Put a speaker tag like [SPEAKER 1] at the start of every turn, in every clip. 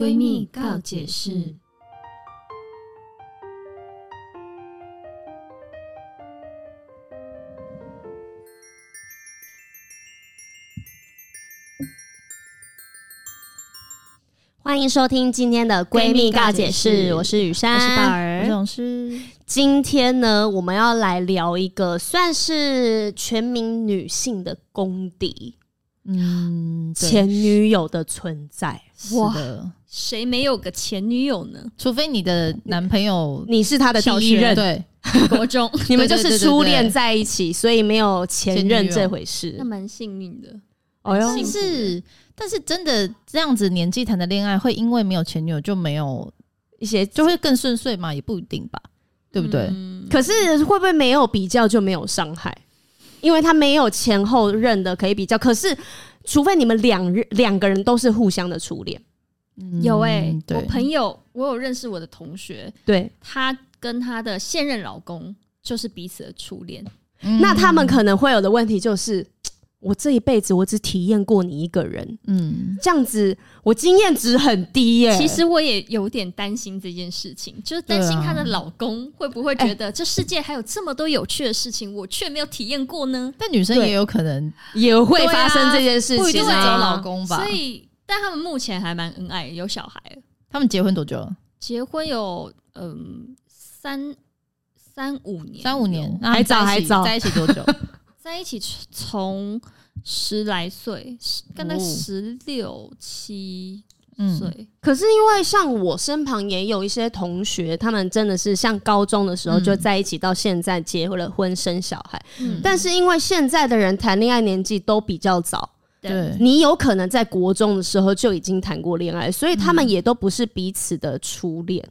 [SPEAKER 1] 闺蜜告解释。
[SPEAKER 2] 欢迎收听今天的闺
[SPEAKER 1] 闺
[SPEAKER 2] 蜜告解
[SPEAKER 1] 蜜告解
[SPEAKER 2] 释，
[SPEAKER 1] 室
[SPEAKER 2] 我是雨
[SPEAKER 1] 我
[SPEAKER 2] 珊，
[SPEAKER 1] 是宝儿，
[SPEAKER 2] 我是
[SPEAKER 1] 总是
[SPEAKER 2] 今天呢，我们要来聊一个算是全民女性的公敌
[SPEAKER 1] 嗯
[SPEAKER 2] ——前女友的存在。
[SPEAKER 1] 哇
[SPEAKER 3] 是，的，？
[SPEAKER 4] 谁没有个前女友呢
[SPEAKER 3] 除非你的男朋友
[SPEAKER 2] 你是她的第
[SPEAKER 3] 小
[SPEAKER 2] 一
[SPEAKER 3] 学
[SPEAKER 2] 任，
[SPEAKER 3] 对，
[SPEAKER 4] 国中，
[SPEAKER 2] 你们就是
[SPEAKER 3] 对对对对
[SPEAKER 2] 初恋
[SPEAKER 3] 对
[SPEAKER 2] 在一起，所以没有前
[SPEAKER 3] 前
[SPEAKER 2] 任
[SPEAKER 3] 女友
[SPEAKER 2] 这回事
[SPEAKER 4] 那。蛮幸运的。
[SPEAKER 2] 哎呦
[SPEAKER 4] 幸
[SPEAKER 3] 但
[SPEAKER 4] 福
[SPEAKER 3] 是但是真的这样子年纪谈的恋爱，会因为没有前女友就没有
[SPEAKER 2] 一些，
[SPEAKER 3] 就会更顺遂嘛？也不一定吧，对不对？
[SPEAKER 4] 嗯
[SPEAKER 2] 可是会不会没有比较就没有伤害？因为他没有前后任的可以比较，可是除非你们两人两个人都是互相的初恋，
[SPEAKER 3] 嗯
[SPEAKER 4] 有哎、我
[SPEAKER 3] 对，
[SPEAKER 4] 朋友，我有认识我的同学，
[SPEAKER 2] 对，
[SPEAKER 4] 她跟她的现任老公就是彼此的初恋。
[SPEAKER 3] 嗯
[SPEAKER 2] 那他们可能会有的问题就是，我这一辈子我只体验过你一个人，
[SPEAKER 3] 嗯，
[SPEAKER 2] 这样子我经验值很低耶、
[SPEAKER 4] 其实我也有点担心这件事情，就是担心
[SPEAKER 3] 对啊
[SPEAKER 4] 她的老公会不会觉得这世界还有这么多有趣的事情，我却没有体验过呢？
[SPEAKER 3] 但女生
[SPEAKER 2] 对
[SPEAKER 3] 也有可能
[SPEAKER 2] 也会发生这件事情、
[SPEAKER 3] 不一定
[SPEAKER 4] 是
[SPEAKER 3] 会
[SPEAKER 4] 啊
[SPEAKER 3] 找老公吧
[SPEAKER 4] 所？以，但他们目前还蛮恩爱，有小孩了，
[SPEAKER 3] 他们结婚多久了？
[SPEAKER 4] 结婚有嗯三三五年，
[SPEAKER 3] 三五年，那
[SPEAKER 2] 还早
[SPEAKER 3] 他们在一
[SPEAKER 2] 还
[SPEAKER 3] 起
[SPEAKER 2] 早
[SPEAKER 3] 在一起多久？
[SPEAKER 4] 在一起从十来岁，十大概
[SPEAKER 3] 哦
[SPEAKER 4] 十六七
[SPEAKER 3] 嗯，
[SPEAKER 4] 岁，
[SPEAKER 2] 可是因为像我身旁也有一些同学，他们真的是像高中的时候
[SPEAKER 3] 嗯
[SPEAKER 2] 就在一起，到现在结婚了婚生小孩。
[SPEAKER 4] 嗯
[SPEAKER 2] 但是因为现在的人谈恋爱年纪都比较早，
[SPEAKER 3] 对，
[SPEAKER 2] 你有可能在国中的时候就已经谈过恋爱，所以他
[SPEAKER 3] 嗯
[SPEAKER 2] 们也都不是彼此的初恋。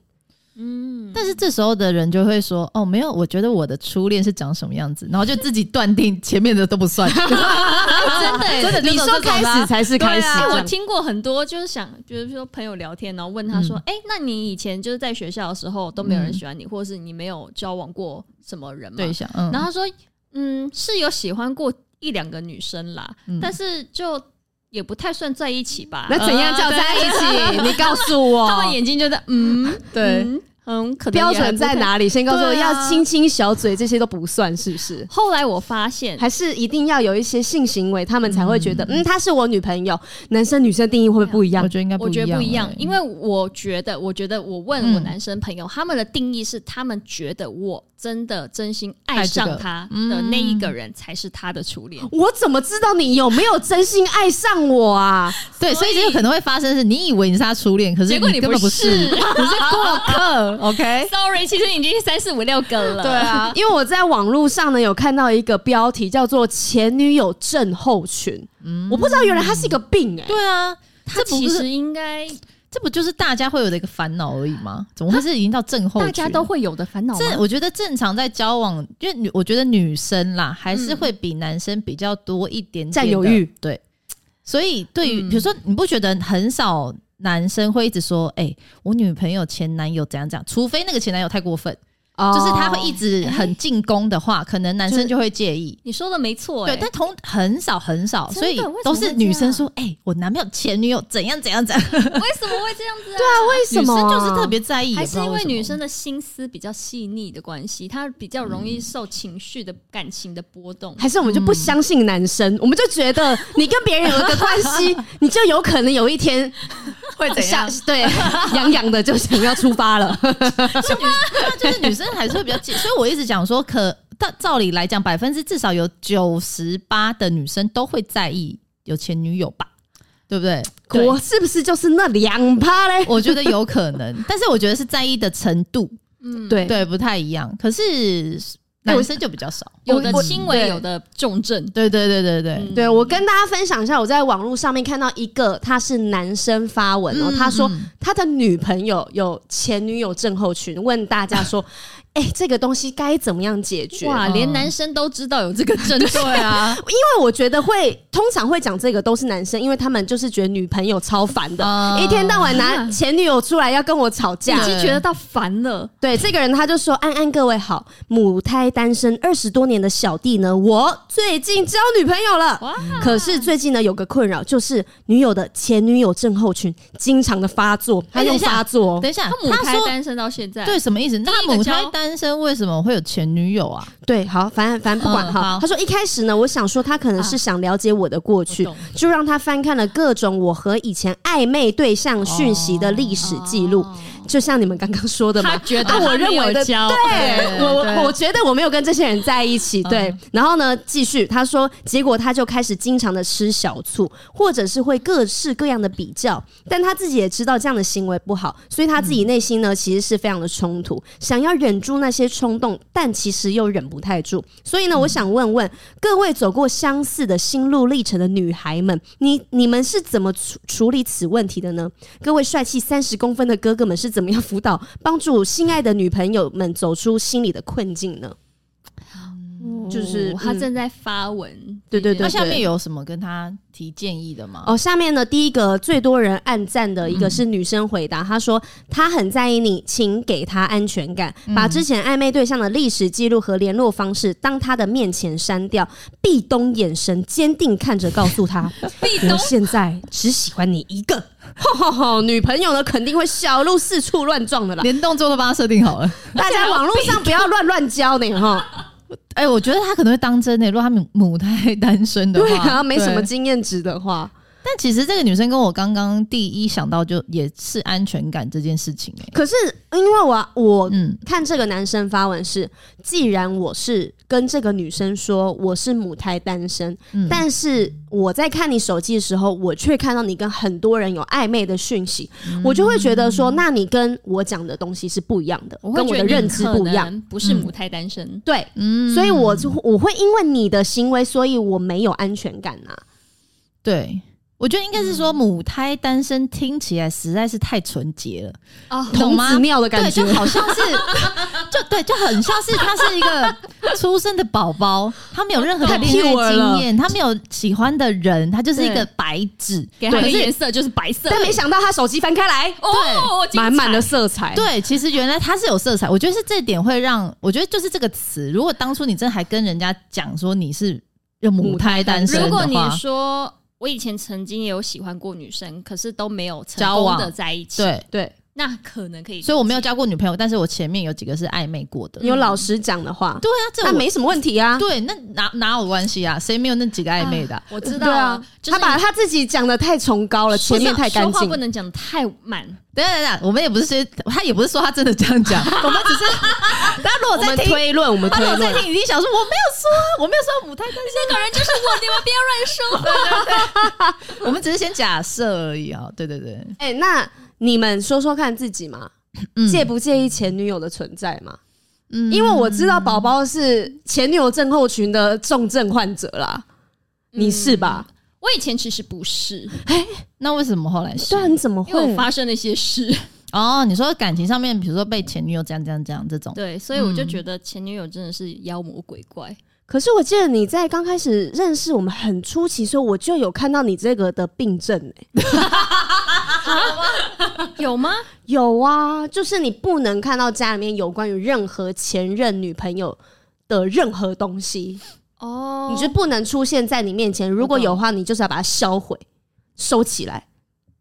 [SPEAKER 4] 嗯，
[SPEAKER 3] 但是这时候的人就会说：“哦，没有，我觉得我的初恋是长什么样子。”然后就自己断定前面的都不 算。
[SPEAKER 4] 真的欸
[SPEAKER 3] 真的
[SPEAKER 2] 你
[SPEAKER 3] 就
[SPEAKER 2] 说
[SPEAKER 3] 是这种
[SPEAKER 2] 开
[SPEAKER 3] 的啊
[SPEAKER 2] 始才是开始
[SPEAKER 4] 哎、
[SPEAKER 2] 这
[SPEAKER 4] 我
[SPEAKER 2] 样，
[SPEAKER 4] 听过很多，就是想，比如说朋友聊天，然后问他说：“哎、那你以前就是在学校的时候都没有人喜欢你，或是你没有交往过什么人吗
[SPEAKER 3] 对象，嗯，
[SPEAKER 4] 然后他说：“嗯，是有喜欢过一两个女生啦，
[SPEAKER 3] 嗯
[SPEAKER 4] 但是就也不太算在一起吧。”呃
[SPEAKER 2] 那怎样叫在一
[SPEAKER 3] 哦
[SPEAKER 2] 起？你告诉我，
[SPEAKER 4] 他们眼睛就在嗯，
[SPEAKER 3] 对
[SPEAKER 4] 嗯，嗯可能
[SPEAKER 2] 标
[SPEAKER 4] 也还
[SPEAKER 2] 准
[SPEAKER 4] 不
[SPEAKER 2] 在
[SPEAKER 4] 太
[SPEAKER 2] 哪里？先告诉我，
[SPEAKER 4] 对啊
[SPEAKER 2] 要亲亲小嘴这些都不算，是不是？
[SPEAKER 4] 后来我发现，
[SPEAKER 2] 还是一定要有一些性行为，他们才会觉得，嗯，她是我女朋友。男生女生定义会不会不一样
[SPEAKER 3] 我？觉得应该
[SPEAKER 4] 我觉得不一样
[SPEAKER 3] 欸，
[SPEAKER 4] 因为我觉得，我觉得我问我
[SPEAKER 3] 嗯
[SPEAKER 4] 男生朋友，他们的定义是，他们觉得我真的真心爱
[SPEAKER 3] 爱这个嗯
[SPEAKER 4] 上他的那一个人才是他的初恋。
[SPEAKER 2] 我怎么知道你有没有真心爱上我啊？
[SPEAKER 3] 对，
[SPEAKER 4] 所
[SPEAKER 3] 所
[SPEAKER 4] 以
[SPEAKER 3] 以这有可能会发生是你以为你是他初恋，可是
[SPEAKER 4] 结果你
[SPEAKER 3] 根本
[SPEAKER 4] 不
[SPEAKER 3] 是，
[SPEAKER 4] 是
[SPEAKER 3] 你 是过客。OK，
[SPEAKER 4] Sorry，其实已经三四五六个了。
[SPEAKER 3] 对啊，
[SPEAKER 2] 因为我在网络上呢有看到一个标题叫做“前女友症候群”，
[SPEAKER 3] 嗯
[SPEAKER 2] 我不知道原来它是一个病哎、
[SPEAKER 3] 对啊，
[SPEAKER 4] 他
[SPEAKER 3] 这不
[SPEAKER 4] 其
[SPEAKER 3] 是
[SPEAKER 4] 实应该
[SPEAKER 3] 这不就是大家会有的一个烦恼而已吗？怎么会是已经到症候群？
[SPEAKER 4] 大家都会有的烦恼吗。
[SPEAKER 3] 这，我觉得正常在交往，因为女我觉得女生啦还是会比男生比较多一点点的
[SPEAKER 2] 占有欲，
[SPEAKER 3] 对。所以对于
[SPEAKER 4] 嗯
[SPEAKER 3] 比如说，你不觉得很少男生会一直说，哎、我女朋友前男友怎样怎样，除非那个前男友太过分。
[SPEAKER 2] 哦
[SPEAKER 3] 就是他会一直很进攻的话，可能男生就会介意。
[SPEAKER 4] 你说的没错、欸，
[SPEAKER 3] 对，但同很少很少，
[SPEAKER 4] 真的
[SPEAKER 3] 所以都是女生说：“哎、我男朋友前女友怎样怎样怎样。
[SPEAKER 4] 为什么会这样 子、啊？
[SPEAKER 2] 为什么啊、
[SPEAKER 3] 女生就是特别在意，
[SPEAKER 4] 还
[SPEAKER 3] 也不知
[SPEAKER 4] 是
[SPEAKER 3] 道
[SPEAKER 4] 因
[SPEAKER 3] 为
[SPEAKER 4] 为
[SPEAKER 3] 什么
[SPEAKER 4] 女 生的心思比较细腻的关系，她比较容易受情绪的感情的波动。
[SPEAKER 2] 还是我们就不相信男生，
[SPEAKER 3] 嗯
[SPEAKER 2] 我们就觉得你跟别人有一个关 系，你就有可能有一天
[SPEAKER 3] 会怎
[SPEAKER 2] 下
[SPEAKER 3] 样？
[SPEAKER 2] 对痒痒的就想要出发了。
[SPEAKER 3] 就是女生还是会比较介意。所以我一直讲说，可照照理来讲，百分之至少有九十八的女生都会在意有前女友吧，对不对？ 对
[SPEAKER 2] 我是不是就是那两趴嘞？
[SPEAKER 3] 我觉得有可 能，但是我觉得是在意的程度
[SPEAKER 4] 嗯，
[SPEAKER 2] 对，
[SPEAKER 3] 对不太一样。可是
[SPEAKER 4] 哎
[SPEAKER 3] 男生就比较少，
[SPEAKER 4] 有的
[SPEAKER 2] 我
[SPEAKER 4] 轻
[SPEAKER 2] 对
[SPEAKER 4] 微，有的重症。
[SPEAKER 3] 对对对对对。
[SPEAKER 4] 嗯
[SPEAKER 2] 对我跟大家分享一下，我在网络上面看到一个他是男生发文哦，
[SPEAKER 3] 嗯
[SPEAKER 2] 他说
[SPEAKER 3] 嗯
[SPEAKER 2] 他的女朋友有前女友症候群，问大家说：“哎、这个东西该怎么样解决？
[SPEAKER 4] 哇，
[SPEAKER 3] 嗯
[SPEAKER 4] 连男生都知道有这个 症状，
[SPEAKER 3] 对啊，
[SPEAKER 2] 因为我觉得会通常会讲这个都是男生，因为他们就是觉得女朋友超烦的，
[SPEAKER 3] 嗯
[SPEAKER 2] 一天到晚拿
[SPEAKER 4] 啊
[SPEAKER 2] 前女友出来要跟我吵架
[SPEAKER 4] 已。经觉得到烦了。
[SPEAKER 2] 对这个人，他就说：“安安，各位好，母胎单身二十多年的小弟呢，我最近交女朋友了。
[SPEAKER 4] 哇，
[SPEAKER 2] 可是最近呢，有个困扰就是女友的前女友症候群经常的发作，他
[SPEAKER 3] 哎等
[SPEAKER 2] 用
[SPEAKER 3] 一下
[SPEAKER 2] 发作哦、
[SPEAKER 3] 等一下，
[SPEAKER 4] 他母
[SPEAKER 3] 他
[SPEAKER 4] 胎
[SPEAKER 3] 说
[SPEAKER 4] 单身到现在，
[SPEAKER 3] 对，什么意思？那
[SPEAKER 4] 第一个
[SPEAKER 3] 母胎
[SPEAKER 4] 交
[SPEAKER 3] 单身为什么会有前女友啊？
[SPEAKER 2] 对，好，反正反正不管
[SPEAKER 3] 嗯
[SPEAKER 2] 哈
[SPEAKER 3] 好。啊
[SPEAKER 2] 他说一开始呢，我想说他可能是想了解我的过去
[SPEAKER 4] 我懂，
[SPEAKER 2] 就让他翻看了各种我和以前暧昧对象讯息的历史记
[SPEAKER 3] 哦
[SPEAKER 2] 录，就像你们刚刚说的嘛
[SPEAKER 4] 哦他。觉得
[SPEAKER 2] 啊我
[SPEAKER 4] 他
[SPEAKER 2] 认
[SPEAKER 4] 没有
[SPEAKER 2] 为的
[SPEAKER 4] 交
[SPEAKER 2] 对我
[SPEAKER 3] 对
[SPEAKER 2] 我我觉得我没有跟这些人在一起，对。然后呢，继续他说，结果他就开始经常的吃小醋，或者是会各式各样的比较，但他自己也知道这样的行为不好，所以他自己内心呢其实是非常的冲突，想要忍住那些冲动，但其实又忍不太住。所以呢，我想问问各位走过相似的心路历程的女孩们，你你们是怎么处处理此问题的呢？各位帅气三十公分的哥哥们是怎么样辅导帮助心爱的女朋友们走出心里的困境呢？就是
[SPEAKER 4] 哦他
[SPEAKER 2] 嗯
[SPEAKER 4] 正在发文，
[SPEAKER 2] 对对对
[SPEAKER 3] 那下面有什么跟他提建议的吗？
[SPEAKER 2] 哦，下面呢，第一个最多人按赞的一个是女生回答，她说她很在意你，请给她安全感，把之前暧昧对象的历史记录和联络方式当她的面前删掉，壁咚眼神坚定看着告诉她，
[SPEAKER 4] 壁
[SPEAKER 2] 我
[SPEAKER 4] 咚
[SPEAKER 2] 现在只喜欢你一个。吼吼吼！女朋友呢肯定会小鹿四处乱撞的啦，
[SPEAKER 3] 连动作都帮他设定好了。
[SPEAKER 2] 大家网络上不要乱乱交呢哈。
[SPEAKER 3] 哎、我觉得他可能会当真欸的、如果他母母胎单身的话，
[SPEAKER 2] 对啊，没什么
[SPEAKER 3] 对
[SPEAKER 2] 经验值的话，
[SPEAKER 3] 但其实这个女生跟我刚刚第一想到就也是安全感这件事情、哎，
[SPEAKER 2] 可是因为我我
[SPEAKER 3] 嗯，
[SPEAKER 2] 看这个男生发文是，既然我是跟这个女生说我是母胎单身，
[SPEAKER 3] 嗯
[SPEAKER 2] 但是我在看你手机的时候，我却看到你跟很多人有暧昧的讯息，
[SPEAKER 3] 嗯
[SPEAKER 2] 我就会觉得说，那你跟我讲的东西是不一样的，跟我的认知不一样。，
[SPEAKER 4] 不嗯是母胎单身。
[SPEAKER 2] 对，
[SPEAKER 3] 嗯
[SPEAKER 2] 所以我就我会因为你的行为，所以我没有安全感啊呐、
[SPEAKER 3] 对。我觉得应该是说母胎单身听起来实在是太纯洁了，
[SPEAKER 4] 哦
[SPEAKER 3] 懂
[SPEAKER 2] 童
[SPEAKER 3] 吗
[SPEAKER 2] 子尿的感觉
[SPEAKER 3] 对，。就好像是， 就对，就很像是他是一个出生的宝宝，他没有任何的
[SPEAKER 2] 太
[SPEAKER 3] 恋
[SPEAKER 2] pure
[SPEAKER 3] 爱
[SPEAKER 2] 了
[SPEAKER 3] 经验，他没有喜欢的人，他就是一个
[SPEAKER 4] 对
[SPEAKER 3] 白纸。
[SPEAKER 4] 给他的
[SPEAKER 2] 对可是
[SPEAKER 4] 颜色就是白色，
[SPEAKER 2] 但没想到他手机翻开来，
[SPEAKER 4] 哦，精彩
[SPEAKER 2] 满满的色彩。
[SPEAKER 3] 对，其实原来他是有色彩，我觉得是这点会让我觉得就是这个词。如果当初你真的还跟人家讲说你是母胎单身
[SPEAKER 4] 如
[SPEAKER 3] 的
[SPEAKER 4] 果你
[SPEAKER 3] 话，
[SPEAKER 4] 说我以前曾经也有喜欢过女生，可是都没有成
[SPEAKER 3] 交
[SPEAKER 4] 功
[SPEAKER 3] 往
[SPEAKER 4] 的在一起，，
[SPEAKER 3] 对，
[SPEAKER 2] 对，
[SPEAKER 4] 那可能可以理解。
[SPEAKER 3] 所以我没有交过女朋友，但是我前面有几个是暧昧过的。
[SPEAKER 2] 有老实讲的话，
[SPEAKER 3] 对啊，这
[SPEAKER 2] 那
[SPEAKER 3] 我
[SPEAKER 2] 没什么问题啊。
[SPEAKER 3] 对，那哪哪有关系啊？谁没有那几个暧昧的啊、
[SPEAKER 4] 我知道
[SPEAKER 2] 对啊，
[SPEAKER 4] 就是
[SPEAKER 2] 他把他自己讲的太崇高了，前面太干
[SPEAKER 4] 说话
[SPEAKER 2] 净
[SPEAKER 4] 不。能讲太满，
[SPEAKER 3] 等一下等一下，我们也不是说他也不是说他真的这样 讲，我们只是大家如果
[SPEAKER 2] 我
[SPEAKER 3] 在
[SPEAKER 2] 们
[SPEAKER 3] 听，
[SPEAKER 2] 推论，我们
[SPEAKER 3] 他
[SPEAKER 2] 推
[SPEAKER 3] 如果在
[SPEAKER 2] 论。
[SPEAKER 3] 听，一定想说我没有说啊，我没有说母胎单身。
[SPEAKER 4] 那个人就是我，你们不要乱说。
[SPEAKER 3] 我们只是先假设而已啊、对对对，
[SPEAKER 2] 哎，那你们说说看自己嘛，
[SPEAKER 3] 嗯
[SPEAKER 2] 介不介意前女友的存在嘛？
[SPEAKER 3] 嗯
[SPEAKER 2] 因为我知道宝宝是前女友症候群的重症患者啦，你是吧？
[SPEAKER 4] 我以前其实不是，
[SPEAKER 3] 那为什么后来是？
[SPEAKER 2] 对啊，你怎么
[SPEAKER 4] 因为
[SPEAKER 2] 会
[SPEAKER 4] 我？发生了一些事，
[SPEAKER 3] 哦，你说感情上面，比如说被前女友这样这样这样这种，
[SPEAKER 4] 对，所以我就觉得前女友真的是妖魔鬼怪。
[SPEAKER 2] 可是我记得你在刚开始认识我们很初期的时候，我就有看到你这个的病症哎、
[SPEAKER 4] 有吗？
[SPEAKER 2] 有啊，就是你不能看到家里面有关于任何前任女朋友的任何东西，
[SPEAKER 4] 哦
[SPEAKER 2] 你就不能出现在你面前。如果有的话，你就是要把它销毁、收起来、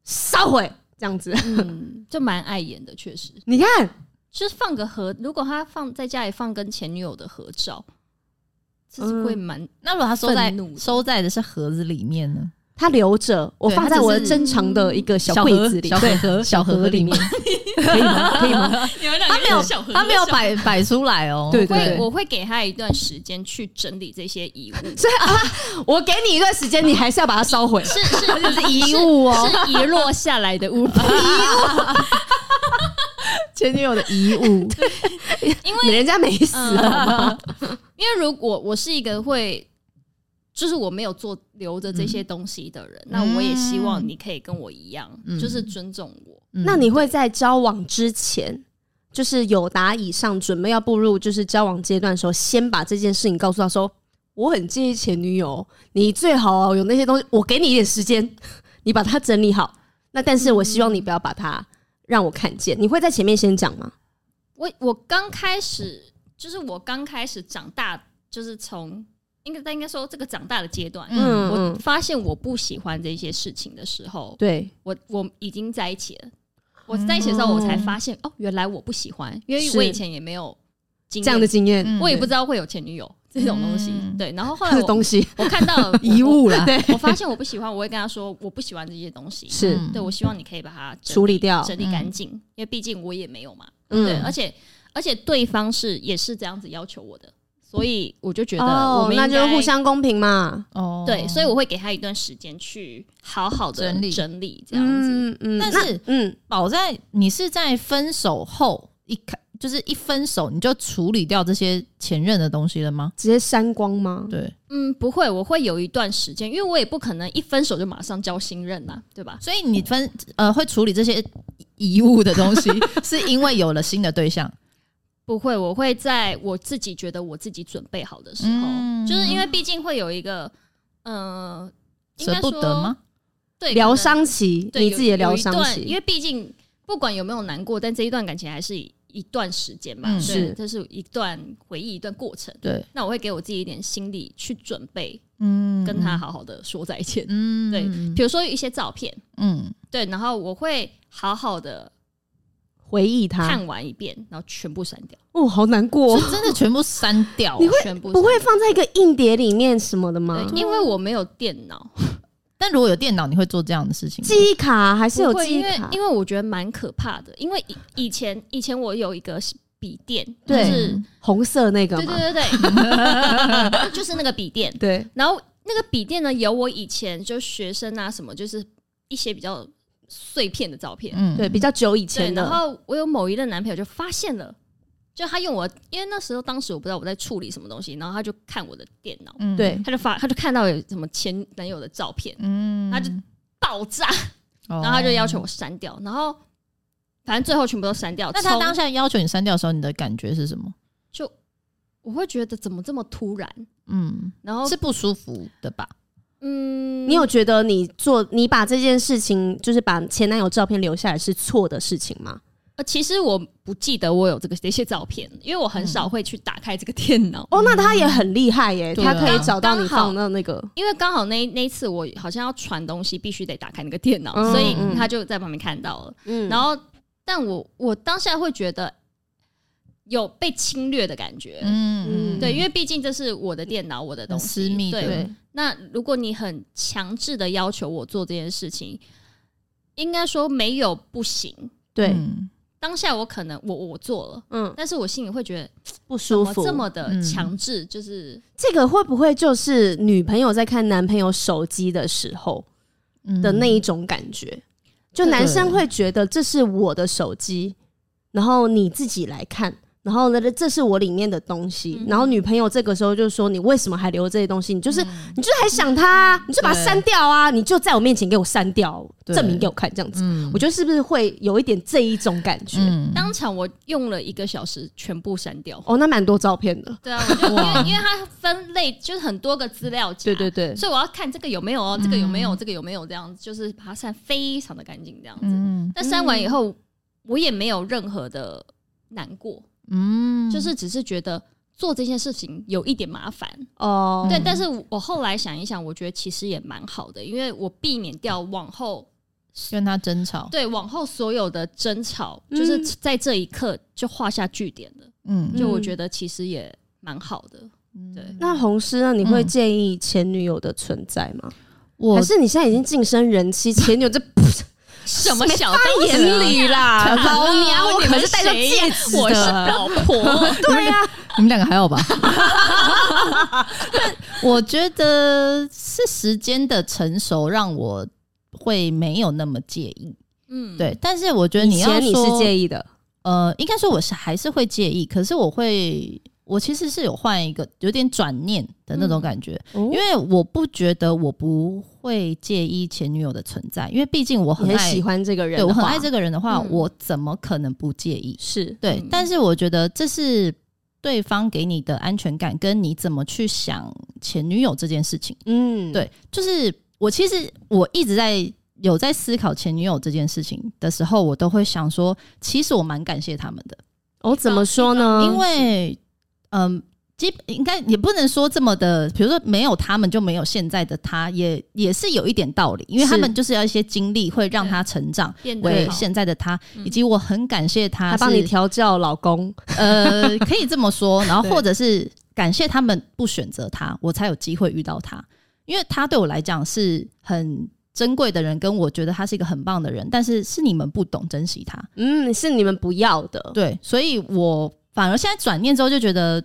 [SPEAKER 2] 烧毁这样子。
[SPEAKER 4] 嗯，就蛮碍眼的，确实。
[SPEAKER 2] 你看，
[SPEAKER 4] 就是放个合，如果他放在家里放跟前女友的合照，这是会蛮、
[SPEAKER 3] 那如果他收在
[SPEAKER 4] 愤怒的
[SPEAKER 3] 收在的是盒子里面呢？
[SPEAKER 2] 它留着，我
[SPEAKER 3] 对
[SPEAKER 2] 放
[SPEAKER 3] 它
[SPEAKER 2] 在
[SPEAKER 3] 只
[SPEAKER 2] 我的
[SPEAKER 3] 是
[SPEAKER 2] 珍藏的一个小
[SPEAKER 3] 小
[SPEAKER 2] 柜
[SPEAKER 3] 盒
[SPEAKER 2] 子里，
[SPEAKER 3] 小
[SPEAKER 2] 对
[SPEAKER 3] 盒小盒里面，
[SPEAKER 2] 可以吗？可以吗？
[SPEAKER 4] 你们两
[SPEAKER 3] 他没有
[SPEAKER 4] 小盒
[SPEAKER 3] 他没有摆摆出来哦。
[SPEAKER 2] 对对
[SPEAKER 4] 会，
[SPEAKER 2] 对，
[SPEAKER 4] 我会给他一段时间去整理这些 遗物，
[SPEAKER 2] 所以啊，我给你一段时间，你还是要把它烧毁。
[SPEAKER 4] 是是是
[SPEAKER 2] 遗物哦，
[SPEAKER 4] 是遗落下来的 物品，
[SPEAKER 3] 前女友的遗 物，
[SPEAKER 4] 因
[SPEAKER 2] 你
[SPEAKER 4] 为
[SPEAKER 2] 人家没死，好不好
[SPEAKER 4] 因为如果我是一个会。就是我没有做留着这些东西的人，那我也希
[SPEAKER 2] 嗯
[SPEAKER 4] 望你可以跟我一样，
[SPEAKER 3] 嗯
[SPEAKER 4] 就是尊重我。
[SPEAKER 3] 嗯
[SPEAKER 2] 那你会在交往之前就是有达以上准备要步入就是交往阶段的时候，先把这件事情告诉他说，我很介意前女友，你最好、有那些东西，我给你一点时间，你把它整理好。那但是我希望你不要把它让我看见，你会在前面先讲吗？
[SPEAKER 4] 我我刚开始就是我刚开始长大，就是从应该应该说这个长大的阶段，
[SPEAKER 3] 嗯
[SPEAKER 4] 我发现我不喜欢这些事情的时候，
[SPEAKER 2] 对，
[SPEAKER 4] 我我已经在一起了。我在一起的时候，我才发现哦，原来我不喜欢，因为
[SPEAKER 2] 嗯是
[SPEAKER 4] 我以前也没有经
[SPEAKER 2] 这样的
[SPEAKER 4] 验，
[SPEAKER 2] 经验、
[SPEAKER 3] 嗯
[SPEAKER 4] 我也不知道会有前女友这种东西
[SPEAKER 3] 嗯。
[SPEAKER 4] 对，然 后后来
[SPEAKER 2] 这
[SPEAKER 4] 我
[SPEAKER 2] 东西
[SPEAKER 4] 我看 到了
[SPEAKER 3] 遗，物啦，
[SPEAKER 4] 嗯我我发现我不喜欢，我会跟他说我不喜欢这些东西。
[SPEAKER 2] 是、
[SPEAKER 3] 嗯
[SPEAKER 4] 对，我希望你可以把它整
[SPEAKER 2] 处理掉，
[SPEAKER 4] 整理干净，因为毕竟我也没有嘛。对，
[SPEAKER 2] 嗯
[SPEAKER 4] 而且而且对方是也是这样子要求我的，所以我就觉得我
[SPEAKER 2] 哦，
[SPEAKER 4] 们应
[SPEAKER 2] 那
[SPEAKER 4] 该
[SPEAKER 2] 就是互相公平嘛，
[SPEAKER 3] 哦
[SPEAKER 4] 对，所以我会给他一段时间去好好的
[SPEAKER 3] 整理
[SPEAKER 4] 整理这样子。
[SPEAKER 2] 嗯嗯
[SPEAKER 3] 但是
[SPEAKER 2] 那嗯
[SPEAKER 3] 保在你是在分手后一开，就是一分手你就处理掉这些前任的东西了吗？
[SPEAKER 2] 直接删光吗？
[SPEAKER 3] 对，
[SPEAKER 4] 嗯不会，我会有一段时间，因为我也不可能一分手就马上交新任呐、对吧？
[SPEAKER 3] 所以你分呃会处理这些遗物的东西，是因为有了新的对象，
[SPEAKER 4] 不会，我会在我自己觉得我自己准备好的时候，
[SPEAKER 3] 嗯
[SPEAKER 4] 就是因为毕竟会有一个，嗯、 应
[SPEAKER 3] 舍
[SPEAKER 4] 该
[SPEAKER 3] 不得
[SPEAKER 4] 说
[SPEAKER 3] 吗？
[SPEAKER 4] 对
[SPEAKER 2] 疗
[SPEAKER 4] 可能
[SPEAKER 2] 伤期，
[SPEAKER 4] 对
[SPEAKER 2] 你
[SPEAKER 4] 有
[SPEAKER 2] 自己的
[SPEAKER 4] 有
[SPEAKER 2] 疗
[SPEAKER 4] 一
[SPEAKER 2] 伤
[SPEAKER 4] 段
[SPEAKER 2] 期，
[SPEAKER 4] 因为毕竟不管有没有难过，但这一段感情还是一一段时间嘛，
[SPEAKER 3] 嗯
[SPEAKER 4] 对
[SPEAKER 2] 是
[SPEAKER 4] 这是一段回忆，一段过程。
[SPEAKER 3] 对，
[SPEAKER 4] 那我会给我自己一点心理去准备，
[SPEAKER 3] 嗯
[SPEAKER 4] 跟他，好好的说再见。
[SPEAKER 3] 嗯
[SPEAKER 4] 对比如说一些照片，
[SPEAKER 3] 嗯，
[SPEAKER 4] 对，然后我会好好的
[SPEAKER 2] 回忆他，
[SPEAKER 4] 看完一遍，然后全部删掉，
[SPEAKER 2] 哦，好难过
[SPEAKER 3] 就，真的全部删掉哦，
[SPEAKER 2] 你会
[SPEAKER 4] 全部删
[SPEAKER 2] 不会放在一个硬碟里面什么的吗
[SPEAKER 4] 对，？因为我没有电脑，
[SPEAKER 3] 但如果有电脑，你会做这样的事情吗？
[SPEAKER 2] 记忆卡还是有
[SPEAKER 4] 不会
[SPEAKER 2] 记忆
[SPEAKER 4] 因为
[SPEAKER 2] 卡
[SPEAKER 4] 因为我觉得蛮可怕的，因为以以前以前我有一个笔电，就
[SPEAKER 3] 嗯
[SPEAKER 2] 对
[SPEAKER 4] 是
[SPEAKER 2] 红色那个
[SPEAKER 4] 对
[SPEAKER 2] 嘛？
[SPEAKER 4] 对对对， 就是那个笔电，
[SPEAKER 2] 对，
[SPEAKER 4] 然后那个笔电呢，有我以前就学生啊什么，就是一些比较碎片的照片。
[SPEAKER 3] 嗯
[SPEAKER 2] 对，比较久以
[SPEAKER 4] 对，
[SPEAKER 2] 前
[SPEAKER 4] 然
[SPEAKER 2] 的，
[SPEAKER 4] 后我有某一任男朋友就发现了，就他用我，因为那时候当时我不知道我在处理什么东西，然后他就看我的电脑，
[SPEAKER 3] 嗯
[SPEAKER 2] 对，
[SPEAKER 4] 他就发，他就看到有什么前男友的照片，
[SPEAKER 3] 嗯哦
[SPEAKER 4] 他就爆炸，
[SPEAKER 3] 然
[SPEAKER 4] 然后他就要求我删掉，然后反正最后全部都删掉。
[SPEAKER 3] 那他
[SPEAKER 4] 从
[SPEAKER 3] 当下要求你删掉的时候，你的感觉是什么？
[SPEAKER 4] 就我会觉得怎么这么突然，
[SPEAKER 3] 嗯，
[SPEAKER 4] 然后
[SPEAKER 3] 是不舒服的吧？
[SPEAKER 4] 嗯，
[SPEAKER 2] 你有觉得你做你把这件事情，就是把前男友照片留下来是错的事情吗？
[SPEAKER 4] 呃，其实我不记得我有这个这些照片，因为我很
[SPEAKER 2] 嗯
[SPEAKER 4] 少会去打开这个电脑，
[SPEAKER 2] 哦，那他也很厉害耶，
[SPEAKER 3] 对
[SPEAKER 2] 他
[SPEAKER 3] 啊
[SPEAKER 2] 可以找到你
[SPEAKER 4] 刚好
[SPEAKER 2] 放到那个，
[SPEAKER 4] 因为刚好那一那一次我好像要传东西，必须得打开那个电脑，
[SPEAKER 2] 嗯
[SPEAKER 4] 所以
[SPEAKER 2] 嗯
[SPEAKER 4] 他就在旁边看到了。
[SPEAKER 2] 嗯
[SPEAKER 4] 然后，但我我当下会觉得有被侵略的感觉，
[SPEAKER 3] 嗯
[SPEAKER 4] 对，因为毕竟这是我的电脑，我的东
[SPEAKER 3] 很
[SPEAKER 4] 西，
[SPEAKER 3] 私密的，
[SPEAKER 4] 对，那如果你很强制的要求我做这件事情，应该说没有不行。
[SPEAKER 2] 对，
[SPEAKER 3] 嗯
[SPEAKER 4] 当下我可能我我做了，
[SPEAKER 2] 嗯，
[SPEAKER 4] 但是我心里会觉得。
[SPEAKER 2] 不舒
[SPEAKER 4] 怎
[SPEAKER 2] 服，
[SPEAKER 4] 么这么的
[SPEAKER 3] 嗯
[SPEAKER 4] 强制，就是
[SPEAKER 2] 这个会不会就是女朋友在看男朋友手机的时候
[SPEAKER 3] 嗯
[SPEAKER 2] 的那一种感觉？就男生会觉得这是我的手机，然后你自己来看，然后呢，这是我里面的东西。
[SPEAKER 4] 嗯
[SPEAKER 2] 然后女朋友这个时候就说：“你为什么还留这些东西？你就是、你就是还想他啊、你就把它
[SPEAKER 3] 嗯对
[SPEAKER 2] 删掉啊！你就在我面前给我删掉，
[SPEAKER 3] 对
[SPEAKER 2] 证明给我看，这样子。
[SPEAKER 3] 嗯
[SPEAKER 2] 我觉得是不是会有一点这一种感觉？
[SPEAKER 3] 嗯
[SPEAKER 4] 当场我用了一个小时全部删掉。
[SPEAKER 2] 哦，那蛮多照片的。
[SPEAKER 4] 对啊，我就因
[SPEAKER 3] 哇
[SPEAKER 4] 为因为它分类就是很多个资料夹，
[SPEAKER 2] 对
[SPEAKER 4] 所以我要看啊这个有没有哦，这个有没有，这个有没有，这样子就是把它删非常的干净这样子。
[SPEAKER 3] 嗯
[SPEAKER 4] 但删完以后，我也没有任何的难过，
[SPEAKER 3] 嗯
[SPEAKER 4] 就是只是觉得做这件事情有一点麻烦。
[SPEAKER 2] 哦，
[SPEAKER 3] 嗯
[SPEAKER 4] 对，但是我后来想一想，我觉得其实也蛮好的，因为我避免掉往后
[SPEAKER 3] 跟他争吵，
[SPEAKER 4] 对，往后所有的争吵，
[SPEAKER 2] 嗯
[SPEAKER 4] 就是在这一刻就画下句点了。
[SPEAKER 3] 嗯
[SPEAKER 4] 就我觉得其实也蛮好的，对
[SPEAKER 2] 嗯那红师呢？你会
[SPEAKER 3] 嗯
[SPEAKER 2] 介意前女友的存在吗？
[SPEAKER 3] 我
[SPEAKER 2] 还是你现在已经晋升人妻，前女友这
[SPEAKER 4] 什么小
[SPEAKER 2] 放
[SPEAKER 4] 刀
[SPEAKER 2] 眼
[SPEAKER 4] 子？
[SPEAKER 2] 里啦，老娘我
[SPEAKER 4] 你
[SPEAKER 2] 可
[SPEAKER 4] 们
[SPEAKER 2] 是戴着
[SPEAKER 4] 谁
[SPEAKER 2] 戒指
[SPEAKER 4] 我是
[SPEAKER 2] 的。
[SPEAKER 4] 老 婆，
[SPEAKER 2] 对呀、
[SPEAKER 3] 你们两个还好吧？ 但我觉得是时间的成熟让我会没有那么介意，
[SPEAKER 4] 嗯，
[SPEAKER 3] 对。但是我觉得
[SPEAKER 2] 以
[SPEAKER 3] 你要
[SPEAKER 2] 前你是
[SPEAKER 3] 说
[SPEAKER 2] 介意的，
[SPEAKER 3] 呃，应该说我是还是会介意，可是我会我其实是有换一个有点转念的
[SPEAKER 4] 嗯
[SPEAKER 3] 那种感觉，
[SPEAKER 2] 因
[SPEAKER 3] 因为我不觉得我不会介意前女友的存在，因为毕竟我
[SPEAKER 2] 你
[SPEAKER 3] 很
[SPEAKER 2] 很
[SPEAKER 3] 爱，
[SPEAKER 2] 喜欢这个人
[SPEAKER 3] 对
[SPEAKER 2] 的
[SPEAKER 3] 我
[SPEAKER 2] 话，
[SPEAKER 3] 很爱这个人的话，
[SPEAKER 4] 嗯
[SPEAKER 3] 我怎么可能不介意？
[SPEAKER 4] 是
[SPEAKER 3] 对，
[SPEAKER 4] 嗯
[SPEAKER 3] 但是我觉得这是对方给你的安全感，跟你怎么去想前女友这件事情。
[SPEAKER 2] 嗯，
[SPEAKER 3] 对，就是我其实我一直在有在思考前女友这件事情的时候，我都会想说，其实我蛮感谢他们的，
[SPEAKER 2] 我、哦怎么说呢？
[SPEAKER 3] 因为嗯。基应该也不能说这么的，比如说没有他们就没有现在的他，也也是有一点道理，因为
[SPEAKER 2] 是
[SPEAKER 3] 他们就是要一些经历会让他成长
[SPEAKER 4] 变
[SPEAKER 3] 为
[SPEAKER 4] 得好
[SPEAKER 3] 现在的他，
[SPEAKER 4] 嗯
[SPEAKER 3] 以及我很感谢他
[SPEAKER 2] 他
[SPEAKER 3] 是，
[SPEAKER 2] 帮你调教老公，
[SPEAKER 3] 呃，可以这么说，然后
[SPEAKER 2] 对
[SPEAKER 3] 或者是感谢他们不选择他，我才有机会遇到他，因为他对我来讲是很珍贵的人，跟我觉得他是一个很棒的人，但是是你们不懂珍惜他，
[SPEAKER 2] 嗯，是你们不要的，
[SPEAKER 3] 对，所以我反而现在转念之后就觉得。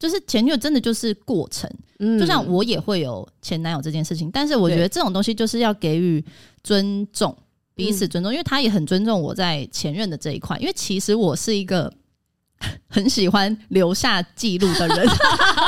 [SPEAKER 3] 就是前女友真的就是过程，
[SPEAKER 2] 嗯，
[SPEAKER 3] 就像我也会有前男友这件事情，但是我觉得这种东西就是要给予尊重，彼
[SPEAKER 2] 嗯
[SPEAKER 3] 此尊重，因为他也很尊重我在前任的这一块，因为其实我是一个 很喜欢留下记录的人，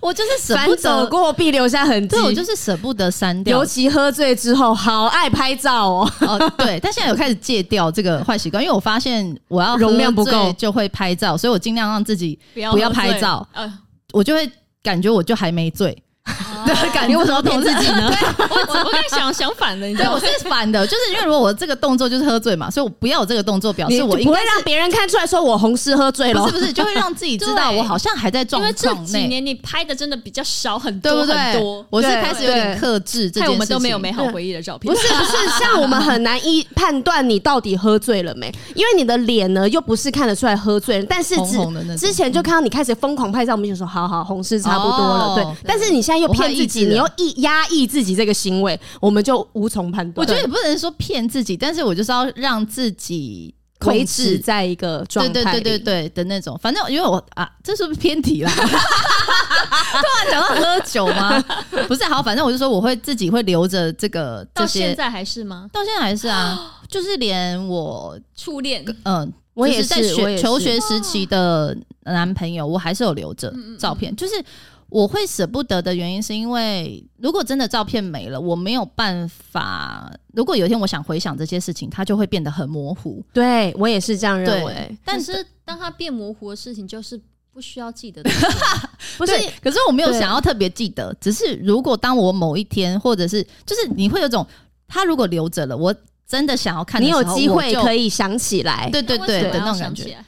[SPEAKER 3] 我就是舍
[SPEAKER 2] 反
[SPEAKER 3] 不
[SPEAKER 2] 走
[SPEAKER 3] 得，
[SPEAKER 2] 过必留下痕迹，
[SPEAKER 3] 对我就是舍不得删掉
[SPEAKER 2] 尤，其喝醉之后，好爱拍照哦。
[SPEAKER 3] 哦，对，但现在有开始戒掉这个坏习惯，因为我发现我要喝
[SPEAKER 2] 容量不
[SPEAKER 3] 醉
[SPEAKER 2] 够
[SPEAKER 3] 就会拍照，所以我尽量让自己，
[SPEAKER 4] 不要
[SPEAKER 3] 不要
[SPEAKER 4] 喝醉
[SPEAKER 3] 拍照，
[SPEAKER 4] 呃，哦
[SPEAKER 3] 我就会感觉我就还没醉， 对，感觉
[SPEAKER 2] 你为
[SPEAKER 3] 我
[SPEAKER 2] 什么要骗自己呢？
[SPEAKER 4] 我我刚才想想反了，你知
[SPEAKER 3] 对，
[SPEAKER 4] 道
[SPEAKER 3] 我
[SPEAKER 4] 吗？
[SPEAKER 3] 是反的，就是因为如果我这个动作就是喝醉嘛，所以我不要有这个动作，表
[SPEAKER 2] 你
[SPEAKER 3] 示我
[SPEAKER 2] 不
[SPEAKER 3] 应
[SPEAKER 2] 会
[SPEAKER 3] 该是
[SPEAKER 2] 让别人看出来说我红湿喝醉了
[SPEAKER 3] 不是，不是，就会让自己知道
[SPEAKER 4] 对
[SPEAKER 3] 我好像还在状
[SPEAKER 4] 因为这
[SPEAKER 3] 况
[SPEAKER 4] 几
[SPEAKER 3] 内，
[SPEAKER 4] 年你拍的真的比较少，很
[SPEAKER 3] 对不
[SPEAKER 4] 多
[SPEAKER 3] 对
[SPEAKER 4] 很多？，
[SPEAKER 3] 我是
[SPEAKER 2] 对
[SPEAKER 3] 开始有点克制这件
[SPEAKER 4] 害
[SPEAKER 3] 事
[SPEAKER 4] 我
[SPEAKER 3] 情，
[SPEAKER 4] 们都没有美好回忆的照片
[SPEAKER 2] 不。是不 是，像我们很难一判断你到底喝醉了没，因为你的脸呢又不是看得出来喝醉了，但是
[SPEAKER 3] 红
[SPEAKER 2] 只
[SPEAKER 3] 红的那种
[SPEAKER 2] 之前就看到你开始疯狂拍照，我们就说好好红是差不多了，
[SPEAKER 3] 哦
[SPEAKER 2] 对
[SPEAKER 3] 对。
[SPEAKER 2] 但是你现在又骗自己，
[SPEAKER 3] 我
[SPEAKER 2] 你
[SPEAKER 3] 很抑制
[SPEAKER 2] 又
[SPEAKER 3] 了
[SPEAKER 2] 抑压抑自己这个行为，我们就无从判断。
[SPEAKER 3] 我觉得也不能说骗自己，但是我就是要让自己控制
[SPEAKER 2] 维持在一个状态
[SPEAKER 3] 对
[SPEAKER 2] 里，
[SPEAKER 3] 对对对对的那种。反正因为我啊，这是不是偏题啦？ 突然讲到喝酒吗？ 不是，好，反正我就说我会自己会留着这个这
[SPEAKER 4] 到
[SPEAKER 3] 些
[SPEAKER 4] 现，在还是吗？
[SPEAKER 3] 到现在还是啊，就是连我
[SPEAKER 4] 初恋
[SPEAKER 3] 嗯，
[SPEAKER 2] 我也
[SPEAKER 3] 就是在
[SPEAKER 2] 我也
[SPEAKER 3] 学
[SPEAKER 2] 是
[SPEAKER 3] 求学时期的男朋友，我还是有留着
[SPEAKER 4] 嗯嗯嗯
[SPEAKER 3] 照片。就是我会舍不得的原因，是因为如果真的照片没了，我没有办法。如果有一天我想回想这些事情，它就会变得很模糊。
[SPEAKER 2] 对我也是这样认
[SPEAKER 3] 对
[SPEAKER 2] 为。
[SPEAKER 3] 但
[SPEAKER 4] 可
[SPEAKER 3] 是
[SPEAKER 4] 是当它变模糊的事情，就是不需要记得的事
[SPEAKER 2] 不是
[SPEAKER 3] 对可是我没有
[SPEAKER 2] 对
[SPEAKER 3] 想要特别记得，只是如果当我某一天，或者是就是你会有种，他如果留着了，我真的想要看的
[SPEAKER 2] 你
[SPEAKER 3] 时
[SPEAKER 2] 有
[SPEAKER 3] 候，
[SPEAKER 2] 机会
[SPEAKER 3] 以，
[SPEAKER 2] 可以想起来，
[SPEAKER 3] 对对对的
[SPEAKER 4] 那
[SPEAKER 3] 那种感。
[SPEAKER 4] 为什么要想起
[SPEAKER 3] 觉。
[SPEAKER 4] 来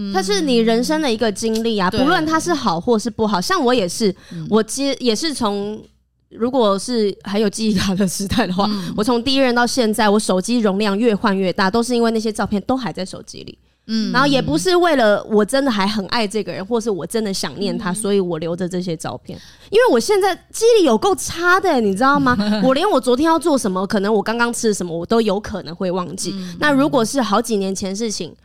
[SPEAKER 3] 嗯
[SPEAKER 2] 它是你人生的一个经历啊，
[SPEAKER 3] 对
[SPEAKER 2] 不论它是好或是不好。像我也是，
[SPEAKER 3] 嗯
[SPEAKER 2] 我接也是从，如果是还有记忆卡的时代的话，
[SPEAKER 3] 嗯
[SPEAKER 2] 我从第一任到现在，我手机容量越换越大，都是因为那些照片都还在手机里。
[SPEAKER 3] 嗯
[SPEAKER 2] 然后也不是为了我真的还很爱这个人，或是我真的想念他，
[SPEAKER 4] 嗯
[SPEAKER 2] 所以我留着这些照片。因为我现在记忆力有够差的、你知道吗？我连我昨天要做什么，可能我刚刚吃什么，我都有可能会忘记。那如果是好几年前的事情，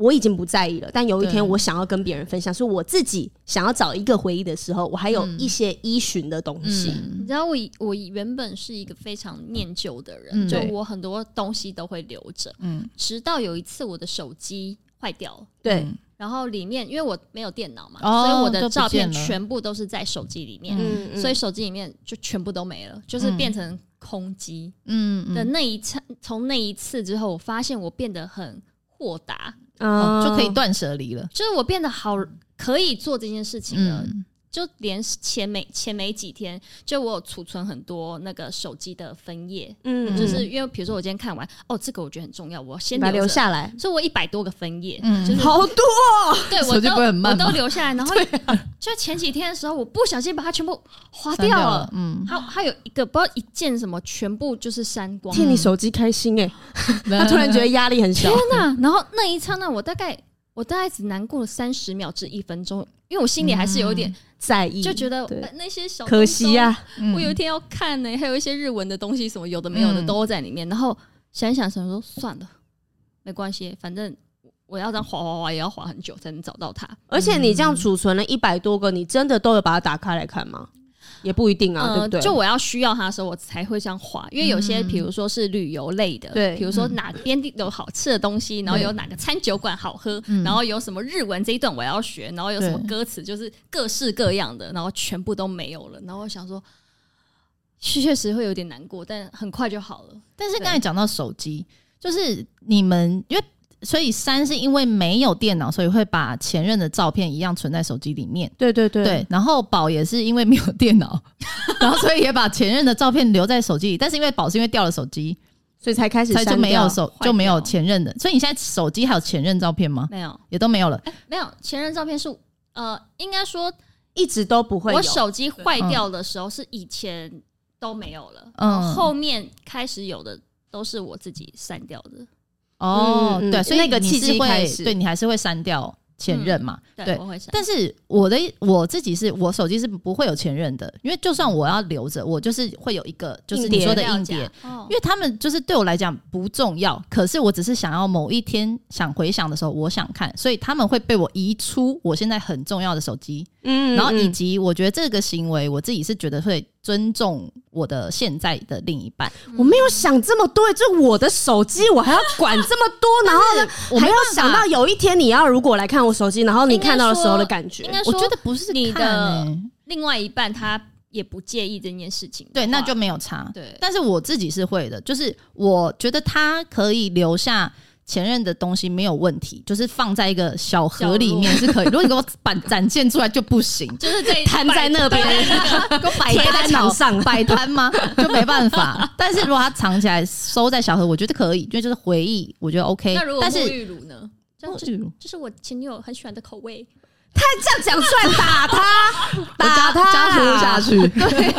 [SPEAKER 2] 我已经不在意了。但有一天
[SPEAKER 3] 对
[SPEAKER 2] 我想要跟别人分享，是我自己想要找一个回忆的时候，我还有
[SPEAKER 3] 嗯
[SPEAKER 2] 一些依循的东西。
[SPEAKER 4] 你知道我以我原本是一个非常念旧的人，
[SPEAKER 3] 嗯
[SPEAKER 4] 就
[SPEAKER 3] 对
[SPEAKER 4] 我很多东西都会留着，
[SPEAKER 3] 嗯，
[SPEAKER 4] 直到有一次我的手机坏掉了。
[SPEAKER 2] 对，
[SPEAKER 3] 嗯
[SPEAKER 4] 然后里面因为我没有电脑嘛，
[SPEAKER 3] 哦
[SPEAKER 4] 所以我
[SPEAKER 3] 就
[SPEAKER 4] 的
[SPEAKER 3] 不
[SPEAKER 4] 照片
[SPEAKER 3] 见了
[SPEAKER 4] 全部都是在手机里面，
[SPEAKER 2] 嗯，
[SPEAKER 4] 所以手机里面就全部都没了，就是
[SPEAKER 3] 嗯
[SPEAKER 4] 变成空机。
[SPEAKER 3] 嗯嗯
[SPEAKER 4] 的那一次，从那一次之后，我发现我变得很豁达，
[SPEAKER 2] 啊
[SPEAKER 3] 哦就可以断舍离了。
[SPEAKER 4] 就是我变得好可以做这件事情了。
[SPEAKER 3] 嗯，
[SPEAKER 4] 就连前没前没几天，就我有储存很多那个手机的分页，
[SPEAKER 2] 嗯
[SPEAKER 4] 就是因为比如说我今天看完，哦，这个我觉得很重要，我先
[SPEAKER 2] 把它
[SPEAKER 4] 留
[SPEAKER 2] 留
[SPEAKER 4] 着。
[SPEAKER 2] 下来，
[SPEAKER 4] 所以我一百多个分页，
[SPEAKER 3] 嗯
[SPEAKER 4] 就是
[SPEAKER 2] 好多
[SPEAKER 4] 对我
[SPEAKER 3] 手机
[SPEAKER 4] 都
[SPEAKER 3] 不会很慢
[SPEAKER 4] 我
[SPEAKER 3] 吗啊
[SPEAKER 4] 都留下来，然后就前几天的时候，我不小心把它全部划
[SPEAKER 3] 删
[SPEAKER 4] 掉
[SPEAKER 3] 掉
[SPEAKER 4] 了。
[SPEAKER 3] 嗯，
[SPEAKER 4] 还有还有一个不知道一件什么，全部就是删光。
[SPEAKER 2] 替你手机开心哎、
[SPEAKER 3] 嗯
[SPEAKER 2] 他突然觉得压力很小
[SPEAKER 4] 天。哪！然后那一刹那，我大概我大概只难过了三十秒至一分钟，因为我心里还是有一点、
[SPEAKER 2] 在意，
[SPEAKER 4] 就觉得、
[SPEAKER 2] 对
[SPEAKER 4] 呃那些小
[SPEAKER 2] 可惜啊呀、
[SPEAKER 4] 呀、
[SPEAKER 3] 嗯
[SPEAKER 4] 我有一天要看呢、还有一些日文的东西，什么有的没有的
[SPEAKER 3] 嗯
[SPEAKER 4] 都在里面。然后想一想，想说算了，没关系，反正我要这样划划划，也要划很久才能找到它。
[SPEAKER 2] 嗯而且你这样储存了一百多个，你真的都有把它打开来看吗？也不一定啊，对不对？
[SPEAKER 4] 呃就我要需要它的时候，我才会这样划。因为有些，比如说是旅游类的，
[SPEAKER 2] 对嗯
[SPEAKER 4] 比如说哪边地有好吃的东西，然后有哪个餐酒馆好喝，
[SPEAKER 2] 嗯
[SPEAKER 4] 然后有什么日文这一段我要学，然后有什么
[SPEAKER 3] 对
[SPEAKER 4] 歌词，就是各式各样的，然后全部都没有了。然后我想说，确实会有点难过，但很快就好了。
[SPEAKER 3] 但是
[SPEAKER 4] 对
[SPEAKER 3] 刚才讲到手机，就是你们因为所以三是因为没有电脑，所以会把前任的照片一样存在手机里面。
[SPEAKER 2] 对对对
[SPEAKER 3] 对，然后宝也是因为没有 电脑，然后所以也把前任的照片留在手机里。但是因为宝是因为掉了手机，
[SPEAKER 2] 所以才开始
[SPEAKER 3] 所以就
[SPEAKER 2] 删
[SPEAKER 3] 没有
[SPEAKER 2] 掉
[SPEAKER 3] 手
[SPEAKER 4] 掉
[SPEAKER 3] 就没有前任的。所以你现在手机还有前任照片吗？
[SPEAKER 4] 没有，
[SPEAKER 3] 也都没有
[SPEAKER 2] 哎
[SPEAKER 3] 了。
[SPEAKER 4] 没有前任照片是呃，应该说
[SPEAKER 2] 一直都不会有嗯
[SPEAKER 4] 我手机坏掉的时候是以前都没有了，
[SPEAKER 3] 嗯
[SPEAKER 4] 然后后面开始有的都是我自己删掉的。
[SPEAKER 3] 哦，
[SPEAKER 2] 嗯嗯
[SPEAKER 3] 对，所以
[SPEAKER 2] 那个
[SPEAKER 3] 你
[SPEAKER 2] 契
[SPEAKER 3] 是
[SPEAKER 2] 机
[SPEAKER 3] 会
[SPEAKER 2] 开始嗯
[SPEAKER 3] 对你还是会删掉前任嘛？对
[SPEAKER 4] 对，我会删。
[SPEAKER 3] 但是我的我自己是我手机是不会有前任的，因为就算我要留着，我就是会有一个就是
[SPEAKER 2] 硬碟
[SPEAKER 3] 你说的
[SPEAKER 4] 不要
[SPEAKER 3] 硬
[SPEAKER 4] 讲
[SPEAKER 3] 碟，
[SPEAKER 4] 哦
[SPEAKER 3] 因为他们就是对我来讲不重要，可是我只是想要某一天想回想的时候，我想看，所以他们会被我移出我现在很重要的手机，
[SPEAKER 2] 嗯
[SPEAKER 3] 然后以
[SPEAKER 2] 你
[SPEAKER 3] 及我觉得这个行为我自己是觉得会尊重我的现在的另一半，
[SPEAKER 2] 我没有想这么多，就我的手机我还要管这么多，然后呢，
[SPEAKER 3] 我 没
[SPEAKER 2] 还要
[SPEAKER 3] 办法
[SPEAKER 2] 想到有一天你要如果来看我手机，然后你看到的时候的感觉
[SPEAKER 4] 应，该
[SPEAKER 3] 我
[SPEAKER 4] 说，
[SPEAKER 3] 觉得不是
[SPEAKER 4] 你
[SPEAKER 3] 看
[SPEAKER 4] 的
[SPEAKER 3] 欸
[SPEAKER 4] 另外一半他也不介意这件事情的话。
[SPEAKER 3] 对，那就没有差。
[SPEAKER 4] 对。
[SPEAKER 3] 但是我自己是会的，就是我觉得他可以留下前任的东西没有问题，就是放在一个小盒里面是可以。如果你给我展展现出来就不行，
[SPEAKER 4] 就是这一
[SPEAKER 2] 摊在 那边
[SPEAKER 4] 对对对
[SPEAKER 3] 给我 摆
[SPEAKER 2] 贴在
[SPEAKER 3] 摊
[SPEAKER 2] 墙
[SPEAKER 3] 哦
[SPEAKER 2] 上
[SPEAKER 3] 摆摊吗？就没办 法。但是如果他藏起来收在小盒，我觉得可以，因为就是回忆，我觉得 OK
[SPEAKER 4] 那如。果
[SPEAKER 3] 但
[SPEAKER 4] 沐
[SPEAKER 3] 是
[SPEAKER 4] 浴乳呢？这样就是 这是我前女友很喜欢的口味，
[SPEAKER 2] 这样讲出来打 他，打
[SPEAKER 3] 我加加
[SPEAKER 2] 他
[SPEAKER 3] 服务下
[SPEAKER 2] 去，